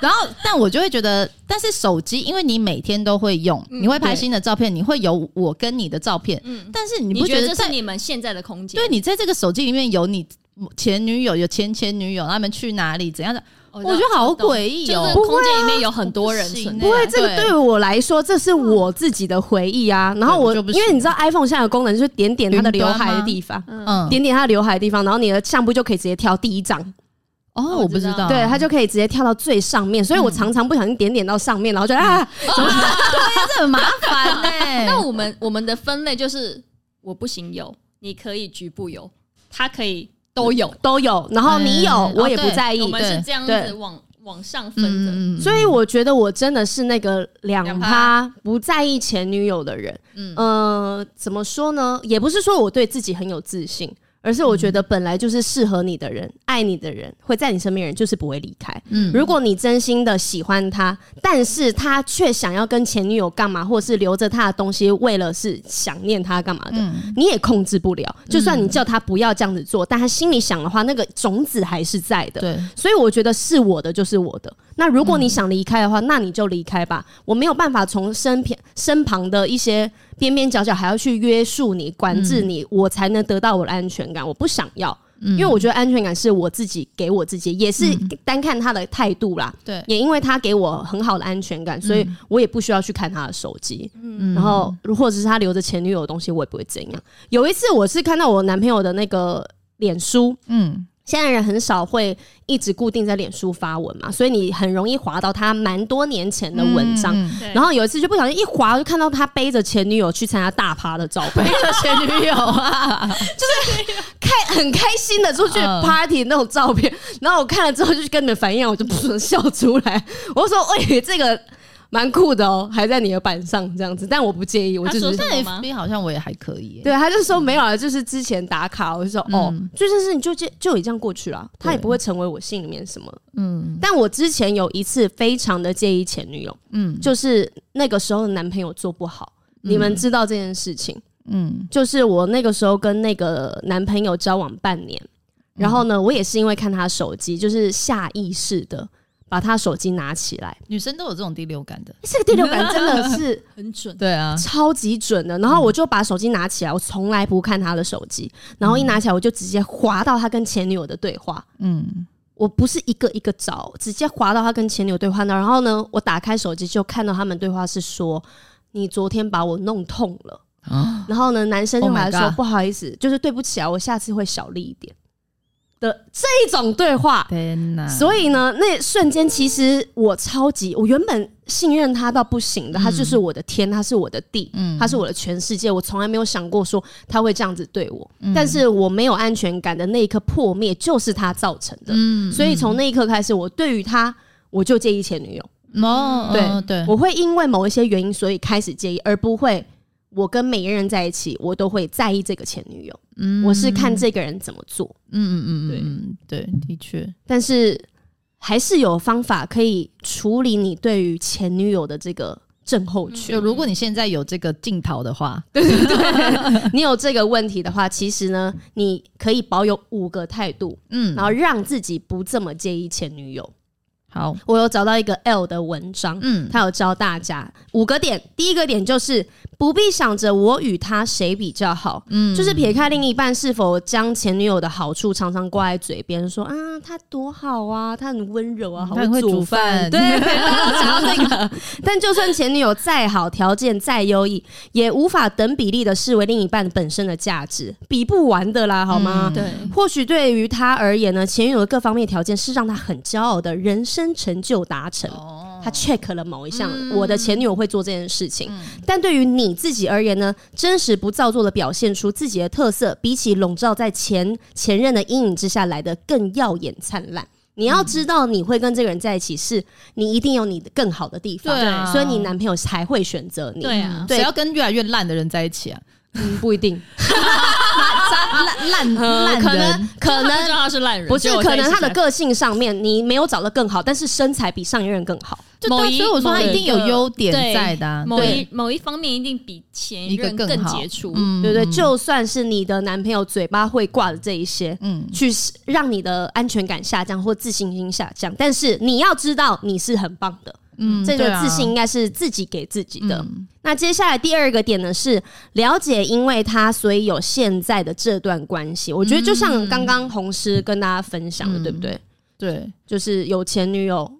[SPEAKER 3] 然后，但我就会觉得，但是手机，因为你每天都会用，
[SPEAKER 4] 嗯
[SPEAKER 3] 你会拍
[SPEAKER 2] 对
[SPEAKER 3] 新的照片，你会有我跟你的照片，
[SPEAKER 4] 嗯，
[SPEAKER 3] 但是你
[SPEAKER 4] 你
[SPEAKER 3] 不
[SPEAKER 4] 觉
[SPEAKER 3] 觉
[SPEAKER 4] 得
[SPEAKER 3] 得
[SPEAKER 4] 这
[SPEAKER 3] 在
[SPEAKER 4] 是你们现在的空间？
[SPEAKER 3] 对你在这个手机里面有你前女友、有前前女友，他们去哪里怎样的，
[SPEAKER 4] 哦，
[SPEAKER 3] 我觉得好
[SPEAKER 4] 懂
[SPEAKER 3] 诡异
[SPEAKER 4] 就是
[SPEAKER 3] 哦。
[SPEAKER 4] 空间里面有很多人存在
[SPEAKER 2] 不
[SPEAKER 3] 不欸会
[SPEAKER 2] 会，这个
[SPEAKER 3] 对嗯
[SPEAKER 2] 对我来说，这是我自己的回忆啊。然后
[SPEAKER 3] 对
[SPEAKER 2] 我，
[SPEAKER 3] 我就不行
[SPEAKER 2] 因为你知道 iPhone 现在有功能就是点点它的
[SPEAKER 3] 云
[SPEAKER 2] 刘
[SPEAKER 3] 端
[SPEAKER 2] 海的
[SPEAKER 3] 吗
[SPEAKER 2] 地方，
[SPEAKER 3] 嗯，
[SPEAKER 2] 点点它的刘海的地方，然后你的相簿就可以直接挑第一张，
[SPEAKER 4] 我
[SPEAKER 3] 哦，我
[SPEAKER 4] 知
[SPEAKER 3] 不知
[SPEAKER 4] 道
[SPEAKER 3] 道，
[SPEAKER 2] 对，它就可以直接跳到最上面。所以
[SPEAKER 3] 嗯
[SPEAKER 2] 我常常不小心点点到上面，然后就啊，
[SPEAKER 3] 哎这很麻烦欸 呢。
[SPEAKER 4] 那我们我们的分类就是我不行有，你可以局部有，他可以都有，
[SPEAKER 2] 都有，然后你有
[SPEAKER 3] 嗯
[SPEAKER 2] 我也
[SPEAKER 3] 哦
[SPEAKER 2] 不
[SPEAKER 3] 对
[SPEAKER 2] 在
[SPEAKER 4] 我
[SPEAKER 2] 意。
[SPEAKER 4] 们是
[SPEAKER 3] 对
[SPEAKER 4] 这样
[SPEAKER 2] 对
[SPEAKER 4] 子往往上分
[SPEAKER 3] 嗯
[SPEAKER 4] 的。
[SPEAKER 2] 所以我觉得我真的是那个两趴不在意前女友的人。
[SPEAKER 3] 嗯
[SPEAKER 2] 呃，怎么说呢？也不是说我对自己很有自信，而是我觉
[SPEAKER 3] 嗯
[SPEAKER 2] 得本来就是适合你的人、爱你的人、会在你身边的人，就是不会离开。
[SPEAKER 3] 嗯
[SPEAKER 2] 如果你真心的喜欢他，但是他却想要跟前女友干嘛，或是留着他的东西，为了是想念他干嘛的，
[SPEAKER 3] 嗯
[SPEAKER 2] 你也控制不了。就算你叫他不要这样子做，但他心里想的话，那个种子还是在的。
[SPEAKER 3] 对，
[SPEAKER 2] 所以我觉得是我的就是我的。那如果你想离开的话，那你就离开吧。我没有办法从身边身旁的一些边边角角还要去约束你、管制你，我才能得到我的安全感。我不想要，
[SPEAKER 3] 因
[SPEAKER 2] 因为我觉得安全感是我自己给我自己，也是单看他的态度啦。
[SPEAKER 3] 对，
[SPEAKER 2] 也因为他给我很好的安全感，所以我也不需要去看他的手机。
[SPEAKER 3] 嗯
[SPEAKER 2] 然后或者是他留着前女友的东西，我也不会怎样。有一次我是看到我男朋友的那个脸书，
[SPEAKER 3] 嗯
[SPEAKER 2] 现在人很少会一直固定在脸书发文嘛，所以你很容易滑到他蛮多年前的文章。
[SPEAKER 3] 嗯
[SPEAKER 4] 对
[SPEAKER 2] 然后有一次就不小心一滑，就看到他背着前女友去参加大趴的照 片，
[SPEAKER 3] 前女友啊，
[SPEAKER 2] 开很开心的出去
[SPEAKER 3] 嗯
[SPEAKER 2] party 那种照片。然后我看了之后就跟你们反应一样，我就噗笑出来。我就说：“喂，这个蛮酷的哦，还在你的板上这样子。”但我不介意，我就
[SPEAKER 4] 他
[SPEAKER 2] 是
[SPEAKER 4] 啊说什么
[SPEAKER 3] 那
[SPEAKER 4] 吗
[SPEAKER 3] FB 好像我也还可以耶。
[SPEAKER 2] 对，他就说没有啊，就是之前打卡。我就说：“哦，就这件事你就这就已这样过去了，他也
[SPEAKER 3] 对
[SPEAKER 2] 不会成为我心里面什么。”
[SPEAKER 3] 嗯
[SPEAKER 2] 但我之前有一次非常的介意前女友，
[SPEAKER 3] 嗯
[SPEAKER 2] 就是那个时候的男朋友做不好。你们知道这件事情，
[SPEAKER 3] 嗯
[SPEAKER 2] 就是我那个时候跟那个男朋友交往半年，然后呢，我也是因为看他手机，就是下意识的把他手机拿起来，
[SPEAKER 3] 女生都有这种第六感的。
[SPEAKER 2] 这个第六感真的是
[SPEAKER 4] 很准。
[SPEAKER 3] 对啊，
[SPEAKER 2] 超级准的。然后我就把手机拿起来，我从来不看他的手机，然后一拿起来我就直接划到他跟前女友的对话，
[SPEAKER 3] 嗯
[SPEAKER 2] 我不是一个一个找，直接滑到他跟前女友对话那儿，然后呢，我打开手机就看到他们对话是说。你昨天把我弄痛了，
[SPEAKER 3] 啊，
[SPEAKER 2] 然后呢，男生就
[SPEAKER 3] Oh
[SPEAKER 2] 回
[SPEAKER 3] my
[SPEAKER 2] 来说、
[SPEAKER 3] God
[SPEAKER 2] 不好意思，就是对不起啊，我下次会小力一点。的这一种对话。
[SPEAKER 3] 天哪！
[SPEAKER 2] 所以呢，那瞬间其实我超级，我原本信任他到不行的，他就是我的天，他是我的地，
[SPEAKER 3] 嗯
[SPEAKER 2] 他是我的全世界。我从来没有想过说他会这样子对我，
[SPEAKER 3] 嗯
[SPEAKER 2] 但是我没有安全感的那一刻破灭，就是他造成的。
[SPEAKER 3] 嗯
[SPEAKER 2] 所以从那一刻开始，我对于他。我就介意前女友，
[SPEAKER 3] 哦，
[SPEAKER 2] 对
[SPEAKER 3] 嗯对，
[SPEAKER 2] 我会因为某一些原因，所以开始介意，而不会我跟每个人在一起，我都会在意这个前女友。
[SPEAKER 3] 嗯
[SPEAKER 2] 我是看这个人怎么做，
[SPEAKER 3] 嗯嗯嗯嗯嗯，对，的确，
[SPEAKER 2] 但是还是有方法可以处理你对于前女友的这个症候群。
[SPEAKER 3] 就如果你现在有这个镜头的话，嗯
[SPEAKER 2] 你有这个问题的话，其实呢，你可以保有五个态度，
[SPEAKER 3] 嗯
[SPEAKER 2] 然，后让自己不这么介意前女友。
[SPEAKER 3] 好，
[SPEAKER 2] 我有找到一个 L 的文章，
[SPEAKER 3] 嗯，
[SPEAKER 2] 他有教大家五个点。第一个点就是不必想着我与他谁比较好，
[SPEAKER 3] 嗯
[SPEAKER 2] 就是撇开另一半是否将前女友的好处常常挂在嘴边，说啊他多好啊，他很温柔啊，好
[SPEAKER 3] 嗯他很会
[SPEAKER 2] 煮
[SPEAKER 3] 煮饭
[SPEAKER 2] 对， 讲到这个。但就算前女友再好，条件再优异，也无法等比例的视为另一半本身的价值，比不完的啦，好吗？
[SPEAKER 3] 嗯
[SPEAKER 4] 对，
[SPEAKER 2] 或许对于他而言呢，前女友的各方面条件是让他很骄傲的人生成就达成。
[SPEAKER 3] 哦，
[SPEAKER 2] 他 check 了某一项，
[SPEAKER 4] 嗯
[SPEAKER 2] 我的前女友会做这件事情。但对于你自己而言呢，真实不造作的表现出自己的特色，比起笼罩在前前任的阴影之下来的更耀眼灿烂。你要知道，你会跟这个人在一起，是你一定有你的更好的地方，
[SPEAKER 3] 对啊嗯
[SPEAKER 2] 所以你男朋友才会选择你。
[SPEAKER 4] 对啊，
[SPEAKER 2] 对
[SPEAKER 3] 谁要跟越来越烂的人在一起啊？
[SPEAKER 2] 嗯，不一定，
[SPEAKER 3] 烂烂
[SPEAKER 2] 呃
[SPEAKER 3] 烂
[SPEAKER 2] 可能
[SPEAKER 3] 人，
[SPEAKER 2] 可
[SPEAKER 4] 他们
[SPEAKER 2] 能
[SPEAKER 4] 知道他是烂人，
[SPEAKER 2] 不是
[SPEAKER 4] 结，果
[SPEAKER 2] 可
[SPEAKER 4] 在一起
[SPEAKER 2] 能他的
[SPEAKER 4] 才
[SPEAKER 2] 个性上面你没有找到更好，但是身材比上一任更好。
[SPEAKER 3] 就
[SPEAKER 4] 某
[SPEAKER 3] 对
[SPEAKER 4] 一
[SPEAKER 3] 所以我说他一定有优点
[SPEAKER 4] 对
[SPEAKER 3] 在的啊，
[SPEAKER 4] 某
[SPEAKER 3] 对
[SPEAKER 4] 一某一方面一定比前
[SPEAKER 3] 一个
[SPEAKER 4] 任
[SPEAKER 3] 更好
[SPEAKER 4] 杰出，
[SPEAKER 3] 嗯
[SPEAKER 2] 对不对，就算是你的男朋友嘴巴会挂的这一些，
[SPEAKER 3] 嗯
[SPEAKER 2] 去让你的安全感下降或自信心下降，但是你要知道你是很棒的，
[SPEAKER 3] 嗯
[SPEAKER 2] 这
[SPEAKER 3] 对
[SPEAKER 2] 个
[SPEAKER 3] 啊
[SPEAKER 2] 自信应该是自己给自己的。
[SPEAKER 3] 嗯
[SPEAKER 2] 那接下来第二个点呢是了解，因为他所以有现在的这段关系。我觉得就像刚刚红师跟大家分享的，
[SPEAKER 3] 嗯
[SPEAKER 2] 对不对？
[SPEAKER 3] 对
[SPEAKER 2] 就是有前女友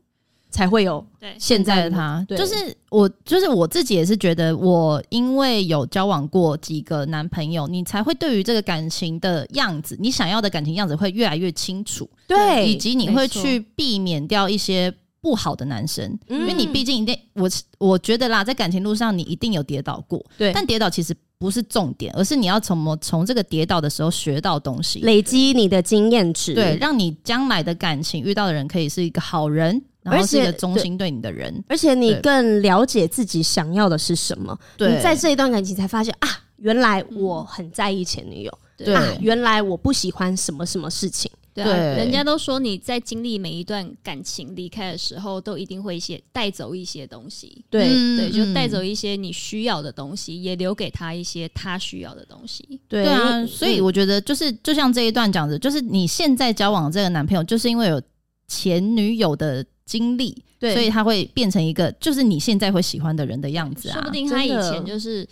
[SPEAKER 2] 才会有
[SPEAKER 4] 对，
[SPEAKER 3] 现在的他，
[SPEAKER 2] 对
[SPEAKER 3] 就是我，就是我自己也是觉得，我因为有交往过几个男朋友，你才会对于这个感情的样子，你想要的感情样子会越来越清楚，
[SPEAKER 2] 对，
[SPEAKER 3] 以及你会
[SPEAKER 4] 没错
[SPEAKER 3] 去避免掉一些不好的男生，
[SPEAKER 2] 嗯
[SPEAKER 3] 因为你毕竟一定，我是我觉得啦，在感情路上你一定有跌倒过，
[SPEAKER 2] 对
[SPEAKER 3] 但跌倒其实不是重点，而是你要怎么从这个跌倒的时候学到东西，
[SPEAKER 2] 累积你的经验值。
[SPEAKER 3] 对，让你将来的感情遇到的人可以是一个好人，然后
[SPEAKER 2] 而
[SPEAKER 3] 是一
[SPEAKER 2] 且
[SPEAKER 3] 个忠心对你的人，
[SPEAKER 2] 而且你
[SPEAKER 3] 对
[SPEAKER 2] 更了解自己想要的是什么。
[SPEAKER 3] 对
[SPEAKER 2] 你在这一段感情才发现啊，原来我很在意前女友，
[SPEAKER 3] 对
[SPEAKER 2] 啊，原来我不喜欢什么什么事情。
[SPEAKER 4] 对
[SPEAKER 3] 对
[SPEAKER 4] 啊，人家都说你在经历每一段感情离开的时候，都一定会一些带走一些东西。
[SPEAKER 2] 对、
[SPEAKER 3] 嗯
[SPEAKER 4] 对，就带
[SPEAKER 3] 嗯
[SPEAKER 4] 走一些你需要的东西，也留给他一些他需要的东西。
[SPEAKER 2] 对
[SPEAKER 3] 对啊，
[SPEAKER 2] 你
[SPEAKER 3] 所以
[SPEAKER 2] 嗯
[SPEAKER 3] 我觉得就是就像这一段讲的，就是你现在交往的这个男朋友，就是因为有前女友的经历，
[SPEAKER 2] 对
[SPEAKER 3] 所以他会变成一个就是你现在会喜欢的人的样子
[SPEAKER 4] 说
[SPEAKER 3] 啊
[SPEAKER 4] 不。定他以
[SPEAKER 2] 真的
[SPEAKER 4] 前就是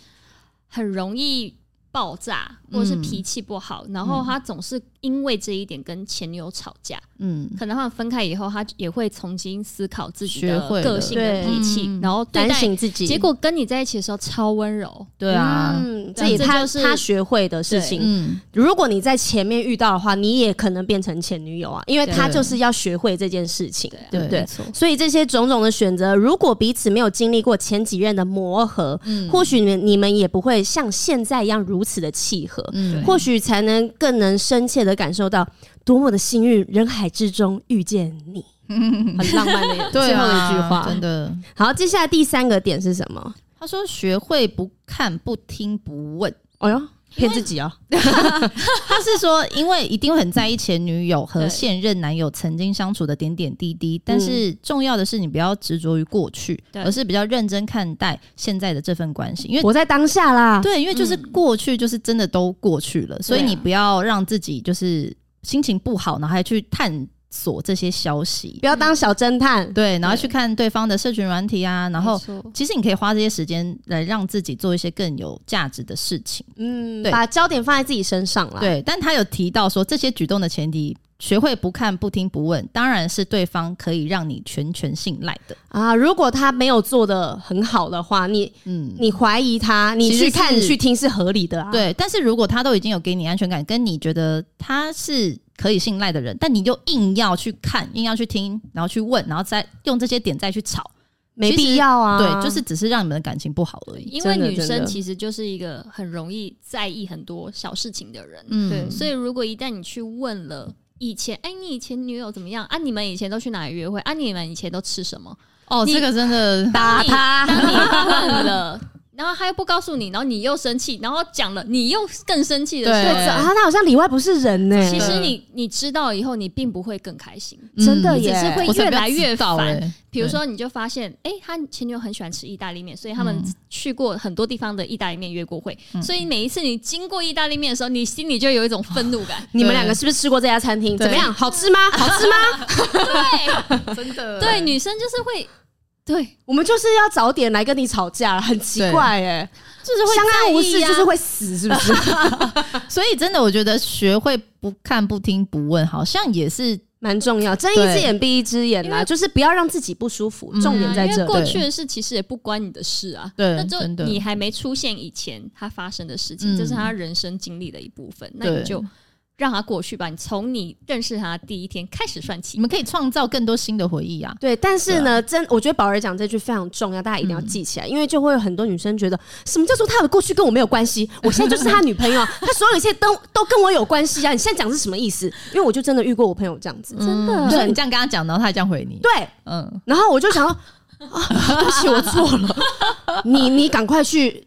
[SPEAKER 4] 很容易爆炸，或是
[SPEAKER 3] 嗯
[SPEAKER 4] 脾气不好，然后他总是因为这一点跟前女友吵架。
[SPEAKER 3] 嗯，
[SPEAKER 4] 可能他们分开以后，他也会重新思考自己
[SPEAKER 3] 学
[SPEAKER 4] 的
[SPEAKER 3] 会了
[SPEAKER 4] 个性
[SPEAKER 2] 对
[SPEAKER 4] 的脾气
[SPEAKER 3] 嗯，
[SPEAKER 4] 然后对
[SPEAKER 2] 反
[SPEAKER 4] 待。
[SPEAKER 2] 省自己，
[SPEAKER 4] 结果跟你在一起的时候超温柔，
[SPEAKER 3] 对啊，
[SPEAKER 2] 嗯，
[SPEAKER 4] 对
[SPEAKER 2] 这也
[SPEAKER 4] 这
[SPEAKER 2] 他、
[SPEAKER 4] 就是
[SPEAKER 2] 他学会的事情。
[SPEAKER 3] 嗯，
[SPEAKER 2] 如果你在前面遇到的话，你也可能变成前女友啊，因为他
[SPEAKER 3] 对
[SPEAKER 2] 就是要学会这件事情。
[SPEAKER 4] 对啊
[SPEAKER 3] 对
[SPEAKER 2] 对
[SPEAKER 3] 没错
[SPEAKER 2] 所以这些种种的选择，如果彼此没有经历过前几任的磨合，
[SPEAKER 3] 嗯
[SPEAKER 2] 或许你们你们也不会像现在一样如此的契合。
[SPEAKER 3] 嗯
[SPEAKER 2] 或许才能更能深切的感受到多么的幸运，人海之中遇见 你，很浪漫的
[SPEAKER 3] 对
[SPEAKER 2] 最后
[SPEAKER 3] 啊
[SPEAKER 2] 一句话。
[SPEAKER 3] 真的。
[SPEAKER 2] 好，接下来第三个点是什么？
[SPEAKER 3] 他说：“学会不看、不听、不问。
[SPEAKER 2] 哎呦，骗自己哦！”
[SPEAKER 3] 他是说，因为一定会很在意前女友和
[SPEAKER 4] 对
[SPEAKER 3] 现任男友曾经相处的点点滴滴，但是重要的是你不要执着于过去，
[SPEAKER 4] 嗯对
[SPEAKER 3] 而是比较认真看待现在的这份关系，因为。
[SPEAKER 2] 我在当下啦。
[SPEAKER 3] 对，因为就是
[SPEAKER 4] 嗯
[SPEAKER 3] 过去，就是真的都过去了，所以
[SPEAKER 4] 对啊
[SPEAKER 3] 你不要让自己就是心情不好，然后还去探索这些消息
[SPEAKER 2] 不，要当小侦探。
[SPEAKER 3] 对，然后
[SPEAKER 4] 对
[SPEAKER 3] 去看对方的社群软体啊，然后
[SPEAKER 4] 没错
[SPEAKER 3] 其实你可以花这些时间来让自己做一些更有价值的事情。
[SPEAKER 2] 嗯，
[SPEAKER 3] 对
[SPEAKER 2] 把焦点放在自己身上啦。，
[SPEAKER 3] 对，但他有提到说，这些举动的前提，学会不看、不听、不问，当然是对方可以让你全权信赖的。
[SPEAKER 2] 啊，如果他没有做的很好的话，你
[SPEAKER 3] 嗯，
[SPEAKER 2] 你怀疑他，你
[SPEAKER 3] 其实
[SPEAKER 2] 去看、
[SPEAKER 3] 是
[SPEAKER 2] 你去听是合理的啊。
[SPEAKER 3] 对。但是如果他都已经有给你安全感，跟你觉得他是可以信赖的人，但你就硬要去看，硬要去听，然后去问，然后再用这些点再去吵，
[SPEAKER 2] 没
[SPEAKER 3] 其实
[SPEAKER 2] 必要啊。
[SPEAKER 3] 对，就是只是让你们的感情不好而已。
[SPEAKER 4] 因为
[SPEAKER 2] 真的
[SPEAKER 4] 女
[SPEAKER 2] 真的嗯
[SPEAKER 4] 生其实就是一个很容易在意很多小事情的人，
[SPEAKER 3] 嗯
[SPEAKER 2] 对
[SPEAKER 4] 所以如果一旦你去问了。以前，哎、你以前女友怎么样啊？你们以前都去哪里约会啊？你们以前都吃什么？
[SPEAKER 3] 哦，
[SPEAKER 4] 你
[SPEAKER 3] 这个真的
[SPEAKER 2] 打他，
[SPEAKER 4] 当你问了，然后他又不告诉你，然后你又生气，然后讲了，你又更生气的时
[SPEAKER 2] 对
[SPEAKER 4] 候，
[SPEAKER 3] 对
[SPEAKER 2] 啊，他好像里外不是人呢、
[SPEAKER 4] 其实你你知道以后，你并不会更开心，
[SPEAKER 2] 真的
[SPEAKER 3] 嗯
[SPEAKER 2] 耶，。
[SPEAKER 4] 只是会
[SPEAKER 3] 我才
[SPEAKER 4] 越
[SPEAKER 3] 不要
[SPEAKER 4] 来越
[SPEAKER 3] 知道
[SPEAKER 4] 烦
[SPEAKER 3] 欸
[SPEAKER 4] 比如说，你就发现，哎、他前女友很喜欢吃意大利面，所以他们
[SPEAKER 3] 嗯
[SPEAKER 4] 去过很多地方的意大利面约过会。
[SPEAKER 3] 嗯
[SPEAKER 4] 所以每一次你经过意大利面的时候，你心里就有一种愤怒感
[SPEAKER 2] 你们两个是不是吃过这家餐厅？
[SPEAKER 3] 对
[SPEAKER 2] 怎么样？好吃吗？好吃吗？
[SPEAKER 4] 对
[SPEAKER 3] 真 的
[SPEAKER 4] 对，女生就是会，对， 啊
[SPEAKER 2] 我们就是要早点来跟你吵架，很奇怪哎、
[SPEAKER 3] 就是会
[SPEAKER 2] 相安无
[SPEAKER 3] 在
[SPEAKER 2] 事
[SPEAKER 3] 意啊
[SPEAKER 2] 就是会死，是不 是？
[SPEAKER 3] 所以真的，我觉得学会不看、不听、不问，好像也是
[SPEAKER 2] 蛮重要，睁一
[SPEAKER 3] 对
[SPEAKER 2] 只眼闭一只眼啦，
[SPEAKER 4] 因为
[SPEAKER 2] 就是不要让自己不舒服，
[SPEAKER 3] 嗯
[SPEAKER 2] 重点在
[SPEAKER 4] 因为
[SPEAKER 2] 这。
[SPEAKER 4] 过去的事其实也不关你的事啊。
[SPEAKER 3] 对
[SPEAKER 4] 那就
[SPEAKER 3] 真的
[SPEAKER 4] 你还没出现以前，他发生的事情，
[SPEAKER 3] 嗯
[SPEAKER 4] 这是他人生经历的一部分。那
[SPEAKER 3] 对
[SPEAKER 4] 你就让他过去吧。你从你认识他第一天开始算
[SPEAKER 3] 你
[SPEAKER 4] 起。
[SPEAKER 3] 们可以创造更多新的回忆啊。嗯
[SPEAKER 2] 对，但是呢，真我觉得宝儿讲这句非常重要，大家一定要记起来，因为就会有很多女生觉得，什么叫做他的过去跟我没有关系，我现在就是他女朋 友，他所有一切都都跟我有关系啊！你现在讲是什么意思？因为我就真的遇过我朋友这样
[SPEAKER 3] 嗯
[SPEAKER 2] 子，
[SPEAKER 4] 真的
[SPEAKER 3] 就是你这样跟他讲，然后他还这样回你。
[SPEAKER 2] 嗯对，
[SPEAKER 3] 嗯，
[SPEAKER 2] 然后我就想说，啊，对不起，我错了，你你赶快去，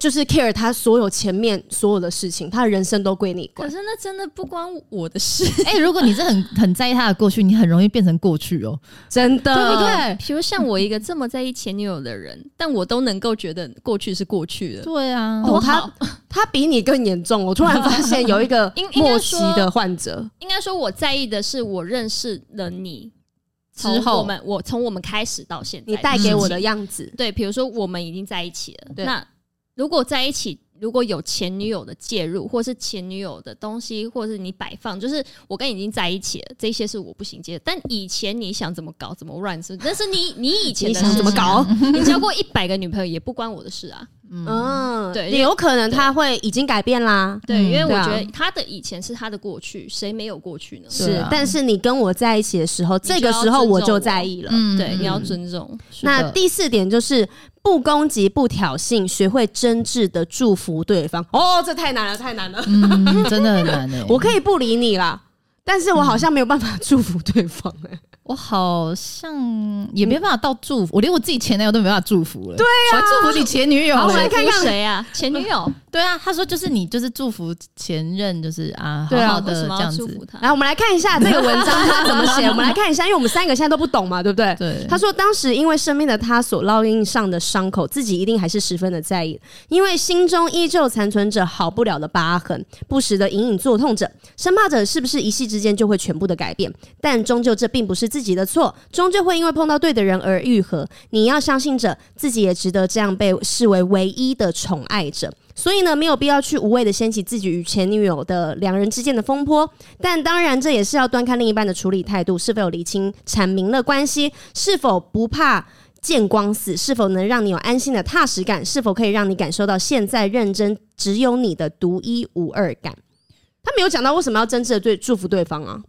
[SPEAKER 2] 就是 care 他所有前面所有的事情，他的人生都归你管
[SPEAKER 4] 可。是那真的不关我的事，
[SPEAKER 3] 哎、如果你是很很在意他的过去，你很容易变成过去哦，
[SPEAKER 2] 真的，
[SPEAKER 3] 对不？对？
[SPEAKER 4] 嗯比如像我一个这么在意前女友的人，但我都能够觉得过去是过去的。
[SPEAKER 3] 对啊，
[SPEAKER 2] 哦嗯
[SPEAKER 4] 多
[SPEAKER 2] 他
[SPEAKER 4] 好
[SPEAKER 2] 他比你更严重。我突然发现有一个
[SPEAKER 4] 应应该
[SPEAKER 2] 末期
[SPEAKER 4] 说
[SPEAKER 2] 的患者，
[SPEAKER 4] 应该说，我在意的是我认识了你
[SPEAKER 3] 之后
[SPEAKER 4] 从我们我从我们开始到现在，嗯
[SPEAKER 2] 你带给我的嗯样子，
[SPEAKER 4] 对，比如说我们已经在一起了，
[SPEAKER 2] 对
[SPEAKER 4] 那如果在一起，如果有前女友的介入，或是前女友的东西，或是你摆放，就是我跟你已经在一起了，这些是我不行接的。但以前你想怎么搞怎么乱是，但是你你以前
[SPEAKER 2] 你
[SPEAKER 4] 的事
[SPEAKER 2] 想怎么
[SPEAKER 4] 情
[SPEAKER 2] 搞？
[SPEAKER 4] 你交过一百个女朋友也不关我的事啊。
[SPEAKER 2] 嗯，
[SPEAKER 4] 对
[SPEAKER 2] 也有可能他会已经改变啦。
[SPEAKER 4] 对，
[SPEAKER 3] 嗯
[SPEAKER 4] 因为我
[SPEAKER 2] 对啊
[SPEAKER 4] 觉得他的以前是他的过去，谁没有过去呢？
[SPEAKER 3] 对
[SPEAKER 2] 是
[SPEAKER 3] 啊，
[SPEAKER 2] 但是你跟我在一起的时候，
[SPEAKER 4] 就要
[SPEAKER 2] 这个时候我就在意了。
[SPEAKER 3] 嗯
[SPEAKER 4] 对，你要
[SPEAKER 3] 嗯
[SPEAKER 4] 尊重。
[SPEAKER 3] 是的
[SPEAKER 2] 那第四点就是不攻击、不挑衅，学会真挚的祝福对方。哦，这太难了，太难了。
[SPEAKER 3] 嗯，真的很难哎、
[SPEAKER 2] 我可以不理你啦，但是我好像没有办法祝福对方、 欸。
[SPEAKER 3] 我好像也没办法到祝福，我连我自己前男友都没办法祝福了。对
[SPEAKER 2] 啊
[SPEAKER 3] 呀、我还祝福你前女友
[SPEAKER 4] 好，
[SPEAKER 3] 嘞。
[SPEAKER 4] 我来看
[SPEAKER 2] 看看
[SPEAKER 4] 谁啊？ 前女友，
[SPEAKER 3] 对啊，他说就是你就是祝福前任，就是啊，
[SPEAKER 2] 对啊
[SPEAKER 3] 好好
[SPEAKER 4] 为
[SPEAKER 3] 的
[SPEAKER 4] 什
[SPEAKER 3] 这
[SPEAKER 4] 么要
[SPEAKER 3] 样
[SPEAKER 4] 祝福
[SPEAKER 3] 子。
[SPEAKER 4] 他？
[SPEAKER 2] 来，我们来看一下这个文章他怎 么写。我们来看一下，因为我们三个现在都不懂嘛，对不对？
[SPEAKER 3] 对，
[SPEAKER 2] 他说，当时因为生命的他所烙印上的伤口，自己一定还是十分的在意，因为心中依旧残存着好不了的疤痕，不时的隐隐作痛着，生怕着是不是一夕之间就会全部的改变。但终究这并不是自己的错，终究会因为碰到对的人而愈合。你要相信着自己也值得这样被视为唯一的宠爱者。所以呢，没有必要去无谓的掀起自己与前女友的两人之间的风波。但当然，这也是要端看另一半的处理态度，是否有理清阐明了关系，是否不怕。见光死是否能让你有安心的踏实感？是否可以让你感受到现在认真只有你的独一无二感？他没有讲到为什么要真挚的对祝福对方啊？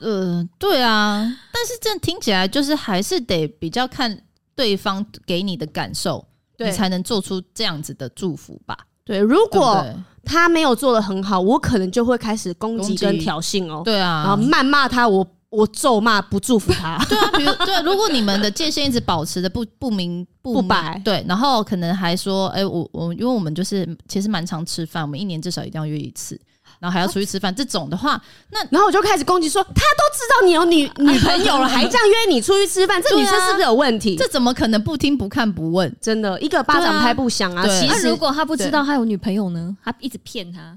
[SPEAKER 3] 呃，对啊，但是这样听起来就是还是得比较看对方给你的感受，你才能做出这样子的祝福吧。
[SPEAKER 2] 对，如
[SPEAKER 3] 对不
[SPEAKER 2] 果他没有做的很好，我可能就会开始攻击
[SPEAKER 3] 攻击
[SPEAKER 2] 跟挑衅哦，
[SPEAKER 3] 对对
[SPEAKER 2] 然 后
[SPEAKER 3] 啊，
[SPEAKER 2] 谩骂他，我我咒骂不祝福他。
[SPEAKER 3] 对啊，比如对啊，如果你们的界限一直保持的不不明不
[SPEAKER 2] 不
[SPEAKER 3] 明
[SPEAKER 2] 白
[SPEAKER 3] 对，然后可能还说，哎、我我因为我们就是其实蛮常吃饭，我们一年至少一定要约一次，然后还要出去吃饭，这种的话，
[SPEAKER 2] 然后我就开始攻击说，他都知道你有女女朋友了，还这样约你出去吃饭，这
[SPEAKER 3] 对啊
[SPEAKER 2] 女生是不是有问题？
[SPEAKER 3] 这怎么可能不听不看不问？
[SPEAKER 2] 真的一个巴掌拍不响啊！
[SPEAKER 3] 对啊
[SPEAKER 2] 其
[SPEAKER 4] 那
[SPEAKER 2] 实
[SPEAKER 4] 如果他不知道他有女朋友呢？他一直骗他，